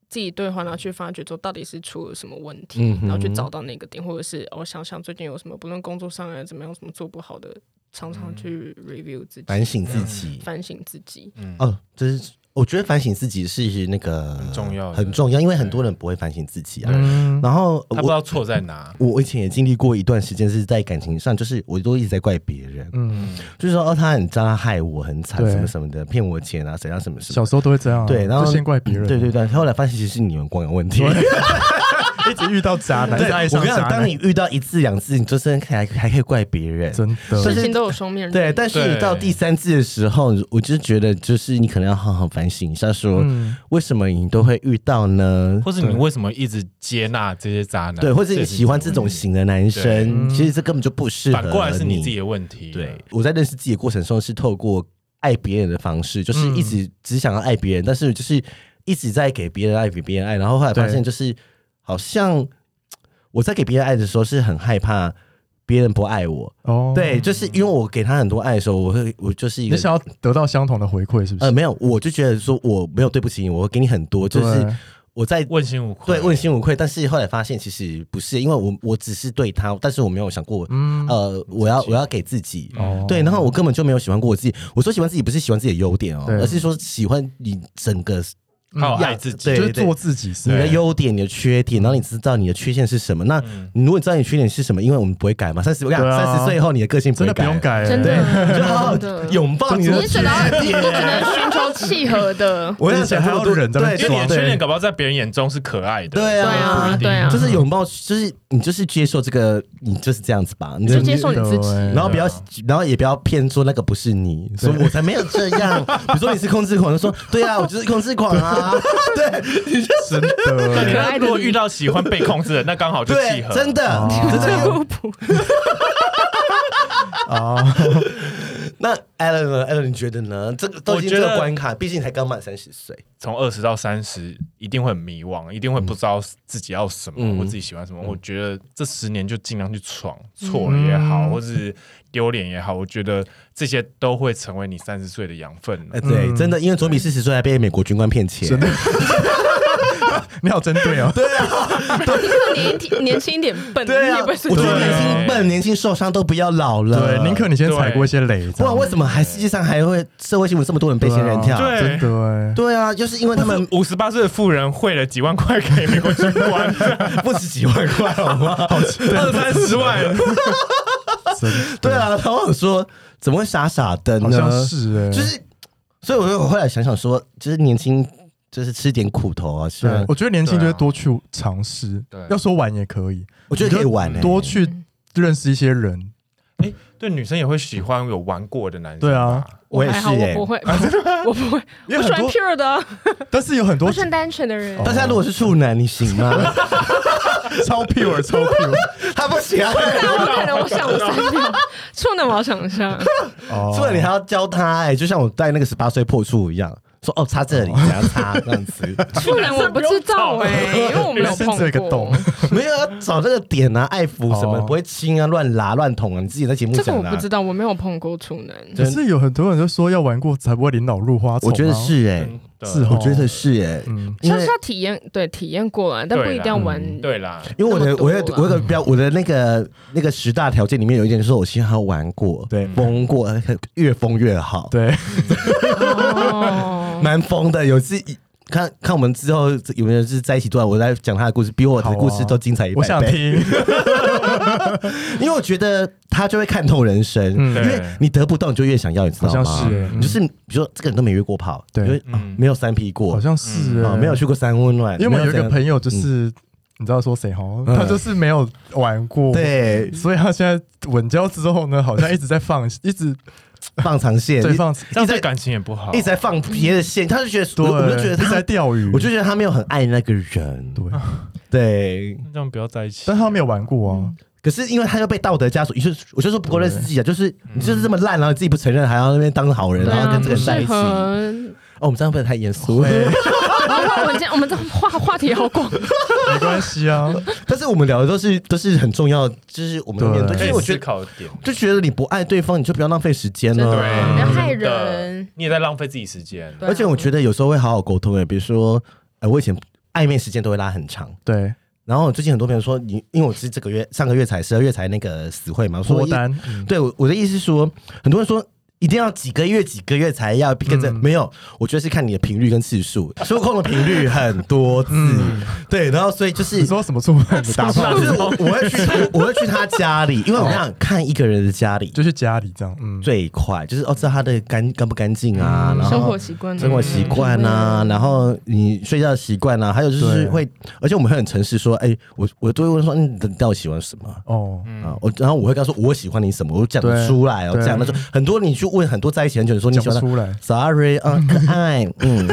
C: 自己对话，然后去发掘说到底是出了什么问题，
B: 嗯哼
C: 然后去找到那个点，或者是哦想想最近有什么，不论工作上还是啊怎么样，有什么做不好的，常常去 review 自己，
B: 嗯反省自己、
C: 反省自己。
D: 嗯，
B: 哦，就是我觉得反省自己是那个
D: 很重要的
B: 很重要，因为很多人不会反省自己啊。
A: 嗯，
B: 然后
D: 他不知
B: 我
D: 道错在哪，
B: 我我以前也经历过一段时间是在感情上，就是我都一直在怪别人，
A: 嗯，
B: 就是说哦他很渣，害我很惨，
A: 对
B: 什么什么的，骗我钱啊，怎样什么什么
A: 小。时候都会这样啊，
B: 对然后
A: 就先怪别人，
B: 对对对，后来发现其实是你们光有问题。
A: 一直遇到渣男，一直爱
B: 我
A: 上
B: 跟你
A: 渣
B: 讲，
A: 男，
B: 当你遇到一次两次，你就真的还还可以怪别人。
A: 真
B: 但
A: 的
B: 是
C: 事情都有双面人，
B: 对，但是你到第三次的时候，我就觉得就是你可能要好好反省一下，说
A: 嗯
B: 为什么你都会遇到呢？
D: 或是你为什么一直接纳这些渣男？
B: 对，或者你喜欢这种型的男生，
A: 对
B: 其实这根本就不适合
D: 反过来是
B: 你
D: 你自己。的问题，啊
B: 对，，我在认识自己的过程中是透过爱别人的方式，就是一直只想要爱别人，但是就是一直在给别人爱，给别人爱，然后后来发现就是好像我在给别人爱的时候是很害怕别人不爱我，
A: 哦，
B: 对，就是因为我给他很多爱的时候，我会我就是一
A: 你
B: 个。
A: 想要得到相同的回馈，是不
B: 呃，
A: 是？
B: 没有，我就觉得说我没有对不起你，我会给你很多，就是嗯
A: 对
B: 我在
D: 问心无愧，啊
A: 嗯
B: 对问心无愧。但是后来发现其实不是，因为我我只是对他，但是我没有想过，
A: 嗯
B: 呃，我要我要给自己，
A: 哦
B: 对，然后我根本就没有喜欢过我自己。我说喜欢自己不是喜欢自己的优点哦，
A: 对
B: 而是说喜欢你整个
D: 好
B: 要
D: 爱自己
B: 对
A: 就是
B: 对对
A: 做自己是
B: 你的
A: 对
B: 优点、你的缺点，然后你知道你的缺陷是什么。那你如果你知道你缺点是什么，因为我们不会改嘛，三十我跟
A: 嗯
B: 你
A: 对
B: 讲，
A: 啊
B: 三十岁以后你的个性
A: 真的
B: 会
A: 不用改、欸，
C: 真的
B: 对，你就好
C: 真
B: 好
C: 的
B: 拥抱你的
C: 你只
B: 缺
C: 能你只
B: 点。，
C: 能寻求契合的
B: 我跟你讲
A: 而且还要
B: 这么多
A: 忍在那
B: 对
A: 边
D: 因为你的
A: 爽
D: 缺点搞不好在别人眼中是可爱的，
B: 对
C: 对
B: 啊
C: 啊，对啊，
B: 就是拥抱，就是你就是接受这个，你就是这样子吧，你
C: 就接受你自己
A: 对
B: 然后不要
D: 对啊，
B: 然后也不要骗说那个不是你，说我才没有这 样。比如说你是控制狂，就说对啊，我就是控制狂 啊，对，你就
A: 真的
D: 那
A: 欸。
D: 你
C: 可爱的
D: 如果
C: 你
D: 遇到喜欢被控制的，那刚好就契
B: 对
D: 合，，
B: 真的
A: 哦，
B: 真的有
A: 啊，
B: 那 Alan 呢？Alan 你觉得呢？这个都已经
D: 我觉
B: 这
D: 得
B: 个关卡，毕竟才刚满三十岁，
D: 从二十到三十一定会很迷惘，一定会不知道自己要什么，
B: 嗯
D: 或自己喜欢什么。我觉得这十年就尽量去闯，错了也
B: 嗯
D: 好，或是丢脸也好，我觉得这些都会成为你三十岁的养分。
B: 哎，对，真的，因为总比四十岁还被美国军官骗钱，真的，
A: 你好针对哦，
C: 你可年轻年轻一点笨，
B: 对
C: 你
B: 啊，
C: 也不
B: 我
C: 会是
B: 觉得
A: 对
B: 年轻笨、年轻受伤都不要老了，
A: 对，宁可你先踩过一些雷，
B: 不然为什么还世界上还会社会新闻这么多人被仙人跳？
D: 对
A: 真的欸
B: 啊对啊，就是因为他们
D: 五十八岁的富人汇了几万块给美国军 官，
B: 不止几万块，好吗？
D: 二三十万，
A: 真的
B: 对啊，然后我说怎么会傻傻的呢？
A: 好像是哎，
B: 就是，所以我就后来想想说，就是年轻，就是吃点苦头啊，是吧
A: 对，？我觉得年轻就
D: 对啊
A: 是多去尝试
D: 对，
A: 要说玩也可以，
B: 我觉得可以玩欸
A: 多去认识一些人，
D: 哎，对，女生也会喜欢有玩过的男生吧。
A: 对啊
B: 我也
C: 还
B: 是
C: 好，我
B: 耶啊
C: 不。会， 我不会，
A: 因
C: 我
A: 为
C: 喜欢
A: 很多，
C: pure 的啊，
B: 嗯
A: 但是有很
C: 我
A: 多
C: 喜欢单纯的人。
B: 大家如果是处男，你行吗？
A: 超 pure 超 pure
B: 他不行啊，
C: 但我可能我想了三秒，处男我要想一下，
A: 哦
B: 处男你还要教他哎，就像我带那个十八岁破处一样，说哦擦这里，怎样
A: 哦
B: 擦这样子，
C: 处男我不知道哎，因为我没有
A: 人生只有一个
C: 碰
A: 洞
C: 过，，
B: 没有要找这个点啊，爱抚什么
A: 哦
B: 不会亲啊，乱拉乱捅啊，你自己在节目
C: 这个
B: 讲
C: 我
B: 的
C: 不
B: 啊。
C: 知道，我没有碰过处男。
A: 可是有很多人就说要玩过才不会领导入花丛啊，
B: 我觉得是哎，
D: 真的，
A: 是哦
B: 我觉得是哎，
A: 嗯，
B: 因
C: 像
B: 为
C: 是要体验，对，体验过来，但不
D: 对
C: 一定
D: 啦嗯
C: 要玩。
D: 对啦，
B: 因为我的
C: 那么多啊
B: 我的我有个标我的那个那个十大条件里面有一点就是我幸好玩过，
A: 对
B: 疯过，越疯越好，
A: 对，
C: 哦，
B: 蛮疯的。有次看看我们之后有没有就是在一起做完，我来讲他的故事，比我的
A: 好啊
B: 故事都精彩一
A: 我
B: 百
A: 想
B: 倍。
A: 听，
B: 因为我觉得他就会看透人生，
A: 嗯
B: 因为你得不到你就越想要，你知道
A: 好
B: 吗？
A: 像是嗯
B: 你就是比如说这个人都没约过炮，
A: 对
B: 因为啊
D: 嗯
B: 没有三 P 过
A: 好，像是
B: 啊
A: 欸
B: 没有去过三温暖，
A: 因为我有一
B: 没
A: 个
B: 怎样
A: 朋友就是你知道说谁哈，
B: 嗯
A: 他就是没有玩过，，
B: 对
A: 所以他现在稳交之后呢，好像一直在放，一直
B: 放长线，
A: 在
B: 一
A: 放，
D: 这样对感情也不好
B: 一直。在放别的线，他就觉得
A: 对，
B: 我我就觉得
A: 一直
B: 他
A: 在钓鱼，
B: 我就觉得他没有很爱那个人，
A: 对，
B: 对。
D: 那这样不要在一起。
A: 但他没有玩过啊，
C: 哦
B: 可是因为他又被道德枷锁，也就是我就说不够认识自己啊，就是你就是这么烂，然后自己不承认，还要那边当好人，
C: 对
B: 然后
C: 啊，
B: 跟这个
C: 不
B: 人在
C: 适
B: 一起。哦，
C: 合。
B: 我们这样不能太严肃。
C: 然哦后我们今天我们这话话题好广，
A: 没关系啊，
B: 但是我们聊的都是都是很重要，就是我们的面
A: 对
B: 对。因
D: 可
B: 为
D: 以
B: 我觉得
D: 思考点，
B: 就觉得你不爱对方，你就不要浪费时间
C: 真的
B: 了。
C: 不要
D: 真
C: 害
D: 的
C: 人。
D: 你也在浪费自己时间。
C: 对啊
B: 而且我觉得有时候会好好沟通诶，比如说，呃，我以前暧昧时间都会拉很长。
A: 对，
B: 然后最近很多朋友说，你因为我是这个月上个月才十二月才那个死会嘛，我说
A: 脱
B: 我一
A: 单，
B: 对，我我的意思是说，很多人说一定要几个月几个月才要
A: 嗯
B: 跟着，没有，我觉得是看你的频率跟次数，触控的频率很多次， 对，然后所以就是
A: 你。嗯说什么触犯？你打炮
B: 就是我，我会去，我会去他家里，
A: 哦
B: 因为我想看一个人的家里
A: 就去家里这样，嗯，
B: 最快，就是哦，知道他的干干不干净啊，然后
C: 生活习惯，嗯
B: 生活习惯啊，然后你睡觉的习惯啊，还有就
A: 嗯
B: 是
A: 对
B: 会，而且我们会很诚实说，哎、我我都会问说，嗯你到底喜欢什么？
A: 哦，
B: 啊，我然后我会跟他说我喜欢你什么，我讲得
A: 对
B: 出来哦，
A: 对
B: 讲得出很多。你去问很多在一起很久的人说你
A: 讲
B: 喜
A: 不
B: 欢他
A: 出来，
B: ，sorry 啊，可爱，嗯，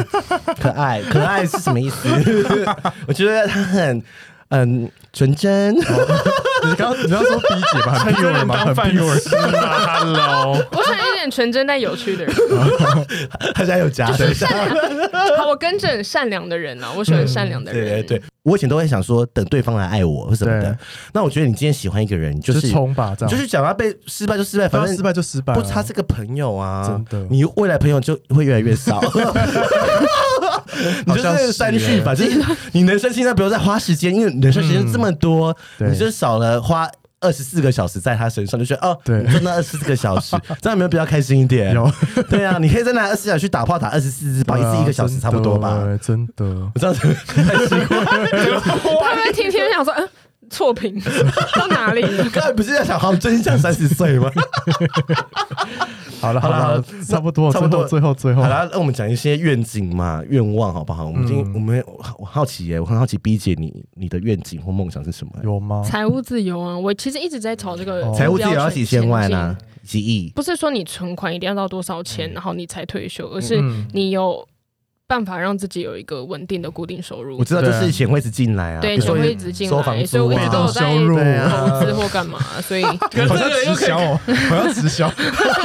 B: 可爱， 可爱是什么意思？ 我觉得他很嗯纯真，
A: 哦你刚你要说 B 姐吧，很 pure 嘛，很 pure，
D: 吃吗 ？Hello，
C: 我想有点纯真但有趣的人。
B: 他家有 家的。
C: 好，我跟着很善良的人啊，我喜欢善良
B: 嗯
C: 的
B: 对
C: 人。
B: 对对，我以前都会想说等对方来爱我或什么的
A: 对。
B: 那我觉得你今天喜欢一个人，你就
A: 就是是冲吧，这
B: 你
A: 样，
B: 就是讲他被失败就失败，反
A: 反
B: 正
A: 正失败就失败啊，
B: 不差这个朋友啊，
A: 真的
B: 你未来朋友就会越来越 少。 你
A: 好
B: 就
A: 像
B: 是
A: 是
B: 删去吧，就是你能生气，那不要再花时间，因为你能生气时间这么多，
A: 嗯对
B: 你就少了花。二十四个小时在他身上，就觉得哦，
A: 对
B: 你赚到二十四个 小时，这样有没有比较开心一点？
A: 有，
B: 对啊，你可以在那二十四小时去打炮，打二十四支炮，一
A: 对啊
B: 次一个小时差不多吧？？
A: 真的真的，
B: 我这样子太奇怪了。
C: 他们天天想说，嗯，错 评到哪里 了？
B: 刚才不是在想，好，我真想三十岁吗？
A: 好了
B: 好
A: 好
B: 了
A: 了，
B: 那
A: 差不多，
B: 差不多
A: 最后最后
B: 好
A: 最后，
B: 啦，那我们讲一些愿景嘛，愿望好不
A: 嗯
B: 好？我们今天我们我我好奇耶，我很好奇 B 姐你你的愿景或梦想是什么？
A: 有吗？
C: 财务自由啊，我其实一直在朝这个
A: 哦
B: 财务自
C: 标
B: 由
C: 准
B: 要几千万
C: 前
B: 啊几
C: 进，
B: 亿。
C: 不是说你存款一定要到多少钱，然后你才退休，而是
A: 嗯，
C: 你有办法让自己有一个稳定的固定收入
B: 我。知道，就是钱会一直进来啊，
C: 对，
B: 比
C: 你
B: 如说
C: 会一直进
B: 收房
C: 来，
B: 租啊
C: 所以我一直都有
A: 哇
C: 在
A: 收入
C: 投资或干嘛， 所以
D: 跟这
A: 好像
D: 个又
A: 直
D: 可以
A: 销哦，好像直销哦，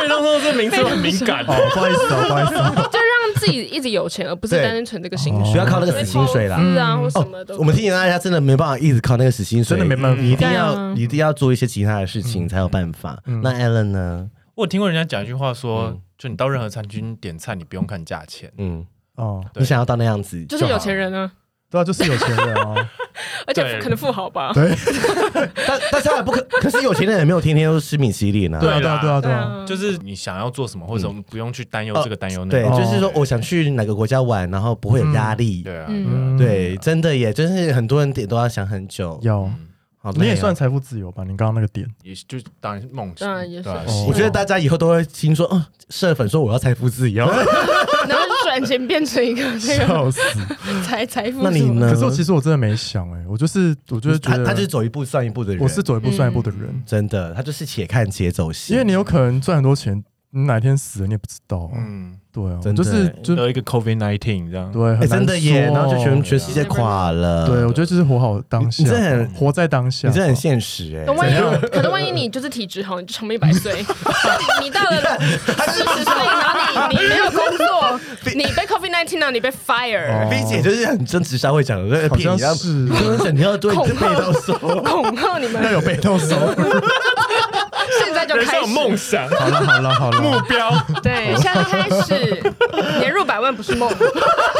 D: 被弄到这名字很敏感，
A: 不好意 思哦，不好意思哦，
C: 就让自己一直有钱，而不是
B: 对
C: 单纯存这个薪水。
B: 不要靠那个死薪水啦。哦
C: 是啊，或什么都。
B: 我们提醒大家，真的没办法一直靠那个死薪水，
A: 哦真的没办法嗯
B: 你一定
C: 对
B: 要
C: 啊
B: 你一定要做一些其他的事情才有办法。那 Alan 呢？
D: 我听过人家讲一句话说
B: 嗯，
D: 就你到任何餐厅点菜，你不用看价钱，
B: 嗯，
A: 哦，
D: 对
B: 你想要到那样子，
C: 就是有钱
B: 人。
C: 人啊，
A: 对啊，就是有钱人啊，
C: 而且
D: 对
C: 可能富豪吧。
A: 对
B: 但但是他也不可，可是有钱人也没有天天都吃米其林啊。
A: 对啊，对啊，
D: 啦
A: 对啊，
C: 对
A: 对啊，
C: 啊，
D: 就是你想要做什么，或者不用去担忧
B: 哦
D: 这个担忧那
B: 对，
D: 个。
B: 就是说我想去哪个国家玩，然后不会有压力。
D: 对啊，
C: 嗯
B: 对，真的耶，真是很多人点都要想很久。
A: 有，
B: 好累哦
A: 你也算财富自由吧？你刚刚那个 点，
D: 也是就当然是梦想，
C: 当然也是
D: 对啊
A: 哦
B: 我觉得大家以后都会听说，哦，社粉说我要财富自由，
C: 然后转型变成一个那个
A: 笑死！
C: 财财富。
B: 那你 呢？
A: 可是我其实我真的没想哎，我就是我 就是觉
B: 他
A: 得，
B: 他就是走一步算一步的人，
A: 我是走一
D: 嗯
A: 步算一步的人，
B: 真的，他就是且看且走心。
A: 因为你有可能赚很多钱，你哪天死了你也不知道啊，
D: 嗯，
A: 对啊，
B: 真的
A: 就是
B: 欸
A: 就
D: 得一个 COVID nineteen 这样，
A: 对，
B: 哎
A: 很难
B: 真的耶，
A: 说啊哦
B: 然后就全全世界垮了。
A: 对，我觉得就是活好当下，
B: 你真的很
A: 活在当下，
B: 你真的很现实哎
C: 可。万
A: 怎样
C: 一，可能万一你就是体质好，你就长命百岁。你到了四十岁，然后你你没有工作，你被 COVID nineteen 啊，你被 fire，
A: 哦
B: V 姐就是很真直销会讲的，
A: 好
B: 骗
A: 像
B: 你要
A: 是
B: 就是整天要对
C: 恐
B: 被
C: 吓
B: 动收。
C: 恐吓你
A: 要
C: 们。
A: 有被动收入。
C: 现在就
D: 人生
C: 开
D: 有
C: 始，
D: 梦想
A: 好了好了好
D: 目
A: 了，
D: 标，
C: 对，现在开始，年入百万不是梦。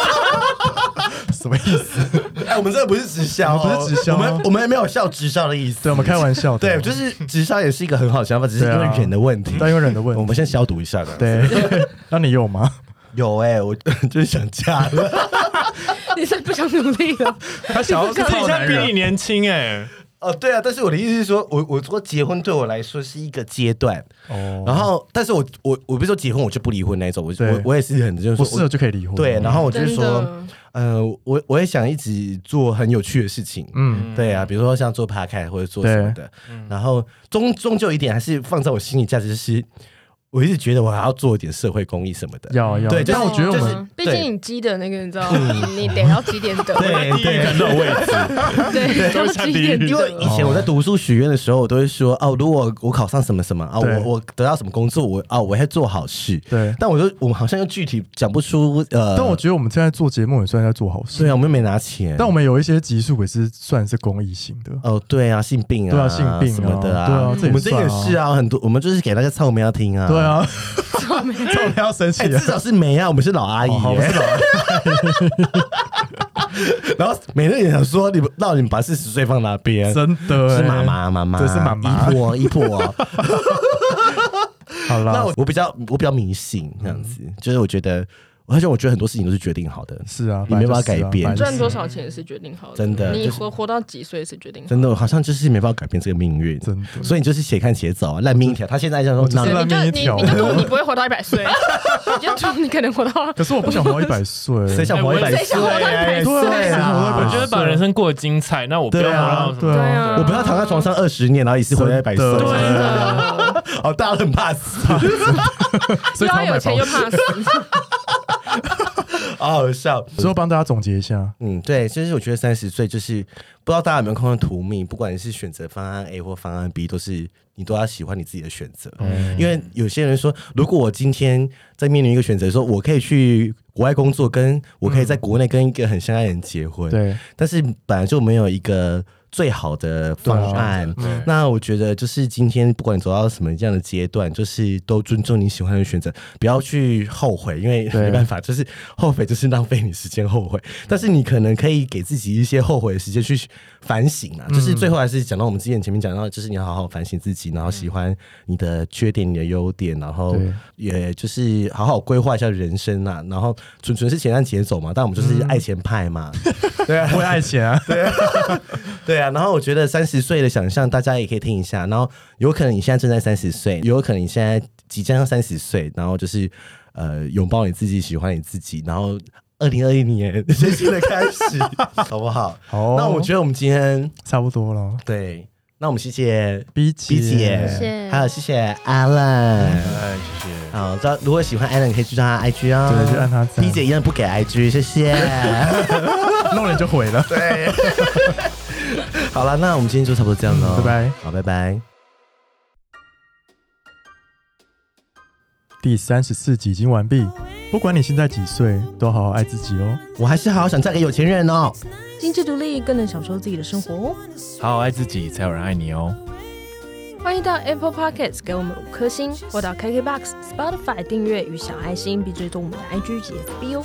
A: 什么意思？
B: 哎，我们这个不是直销哦，
A: 我们不是直销
B: 我们我们没有笑直销的意思。
A: 对，我们开玩笑的，
B: 对，就是直销也是一个很好的想法，只是因
A: 哦对啊
B: 为人的问题。
A: 但因为人的问
B: 我
A: 题，
B: 们先消毒一下的。，
A: 对，那你有吗？
B: 有哎，我 就是想嫁了。
C: 你是不想努力了？
A: 他想要
D: 可是你现
A: 啊
D: 在比你年轻哎，
B: 哦，对啊，但是我的意思是说，我我说结婚对我来说是一个阶段，
A: 哦，
B: 然后，但是我我我不是说结婚我就不离婚那一种，我
A: 对
B: 我我也是很就是
A: 不
B: 说
A: 适合就可以离婚，
B: 对，然后我就是
C: 真
B: 说，
C: 的，
B: 呃，我我也想一直做很有趣的事情，
A: 嗯，
B: 对啊，比如说像做 p a c a 或者做什么的，然后终终究一点还是放在我心里价值是，我一直觉得我还要做一点社会公益什么的，
A: 要要，
B: 对就是
A: 但我觉得我
B: 就是
A: 们
C: 毕竟你积的那个，你知道，你得要积点德，
B: 对
D: 地狱
B: 对
D: 跟。那位 置，
C: 对，要积点
B: 因为
C: 德。
B: 以前我在读书许愿的时候，我都会说哦，如果我考上什么什么啊，
A: 对
B: 我我得到什么工作，我啊我会做好事。
A: 对
B: 但我就我们好像又具体讲不出呃，
A: 但我觉得我们现在做节目也算在做好事，
B: 对啊，我们又没拿钱，
A: 但我们有一些集数也是算是公益性的，
B: 哦，对啊，性病啊，
A: 对啊性病啊
B: 什么
A: 对
B: 的
A: 啊这也
B: 我们这
A: 算
B: 也
A: 啊
B: 是啊，很多我们就是给大家臭妹要听啊，
A: 对， 啊， 这我们要生气
B: 哎，至
A: 啊，
B: 少是梅啊，我们是老阿姨
A: 哦好我们
B: 耶，
A: 是老
B: 然后每个人也想说，你们让你们把四十岁放哪边？
A: 真的
B: 哎是
A: 欸
B: 妈妈，妈妈，
A: 这是妈妈
B: 姨婆，姨啊婆。
A: 好啦，
B: 那我我比较我比较迷信这样子，就是我觉得，而且我觉得很多事情都是决定好的，
A: 是啊，
B: 你没办法
A: 本来就是啊
B: 改
A: 本
B: 变
A: 来就是
C: 赚多少钱是决定好的，
B: 真的
C: 你
B: 就是
C: 活活到几岁是决定好的。
B: 真的，我好像就是没办法改变这个命运，
A: 真的
B: 所以你就是且看且走啊，烂命一条。他现在想说
A: 我，就是
B: 那
A: 烂
C: 你就
A: 命一
C: 你
A: 条
C: 你就 赌你不会活到一百岁，你就赌你可能活到
A: 可是我不想活到一百岁，
B: 谁想
D: 哎
B: 活一百
C: 谁想活到
B: 岁？
C: 100岁
B: 对啊
D: 我觉得把人生过得精彩，那我不要
B: 对啊
D: 活到什么
A: 对啊，
C: 啊
B: 我不要躺在床上二十年，然后一次活在一百岁，
A: 真的
C: 真 的，
B: 好，大家都很怕死，
A: 所以
C: 要
A: 他
C: 啊有
A: 买房
C: 钱又怕死，
B: 好好笑。
A: 之后帮大家总结一下，
B: 嗯，对，其实我觉得三十岁就是不知道大家有没有看过图命，不管你是选择方案 A 或方案 B，都是你都要喜欢你自己的选择。因为有些人说，如果我今天在面临一个选择，说我可以去国外工作，跟我可以在国内跟一个很相爱的人结婚，
A: 对，
B: 但是本来就没有一个最好的方案。啊那我觉得就是今天不管走到什么样的阶段，就是都尊重你喜欢的选择，不要去后悔，因为
A: 对
B: 没办法，就是后悔就是浪费你时间后悔。但是你可能可以给自己一些后悔的时间去反省啊。
A: 嗯
B: 就是最后还是讲到我们之前前面讲到，就是你要好好反省自己，然后喜欢你的缺点、你的优点，然后
A: 对
B: 也就是好好规划一下人生啊。然后纯纯是钱按钱走嘛，但我们就是
A: 嗯
B: 爱钱派嘛。 对啊，
A: 不会爱钱啊，
B: 对啊，然后我觉得三十岁的想象，大家也可以听一下。然后有可能你现在正在三十岁，有可能你现在即将要三十岁，然后就是呃，拥抱你自己，喜欢你自己，然后二零二一年全新的开 始，好不好？
A: 好哦
B: 那我觉得我们今天
A: 差不多了。
B: 对，那我们谢谢
A: B
B: B 姐，
C: 谢谢
B: 还有谢谢 Alan。
D: 哎，谢谢。
B: 好，知道如果喜欢 Alan 可以去到他 IG 哦，
A: 对去按他赞
B: B 姐一样不给 IG，谢 谢。
A: 弄了你就毁了。
B: 对，好了，那我们今天就差不多这样了、
A: 拜拜。
B: 好，拜拜。
A: 第三十四集已经完毕，不管你现在几岁，都好好爱自己哦。
B: 我还是好好想嫁给有钱人哦。
E: 经济独立更能享受自己的生活哦。
D: 好好爱自己，才有人爱你哦。
E: 欢迎到 Apple Podcasts 给我们五颗星，或到 KKBox、Spotify 订阅与小爱心，并追踪我们的 IG 及 FB 哦。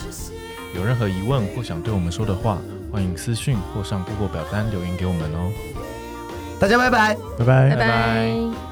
D: 有任何疑问或想对我们说的话，欢迎私讯或上 Google 表单留言给我们哦。
B: 大家拜拜。
A: 拜拜
E: 拜拜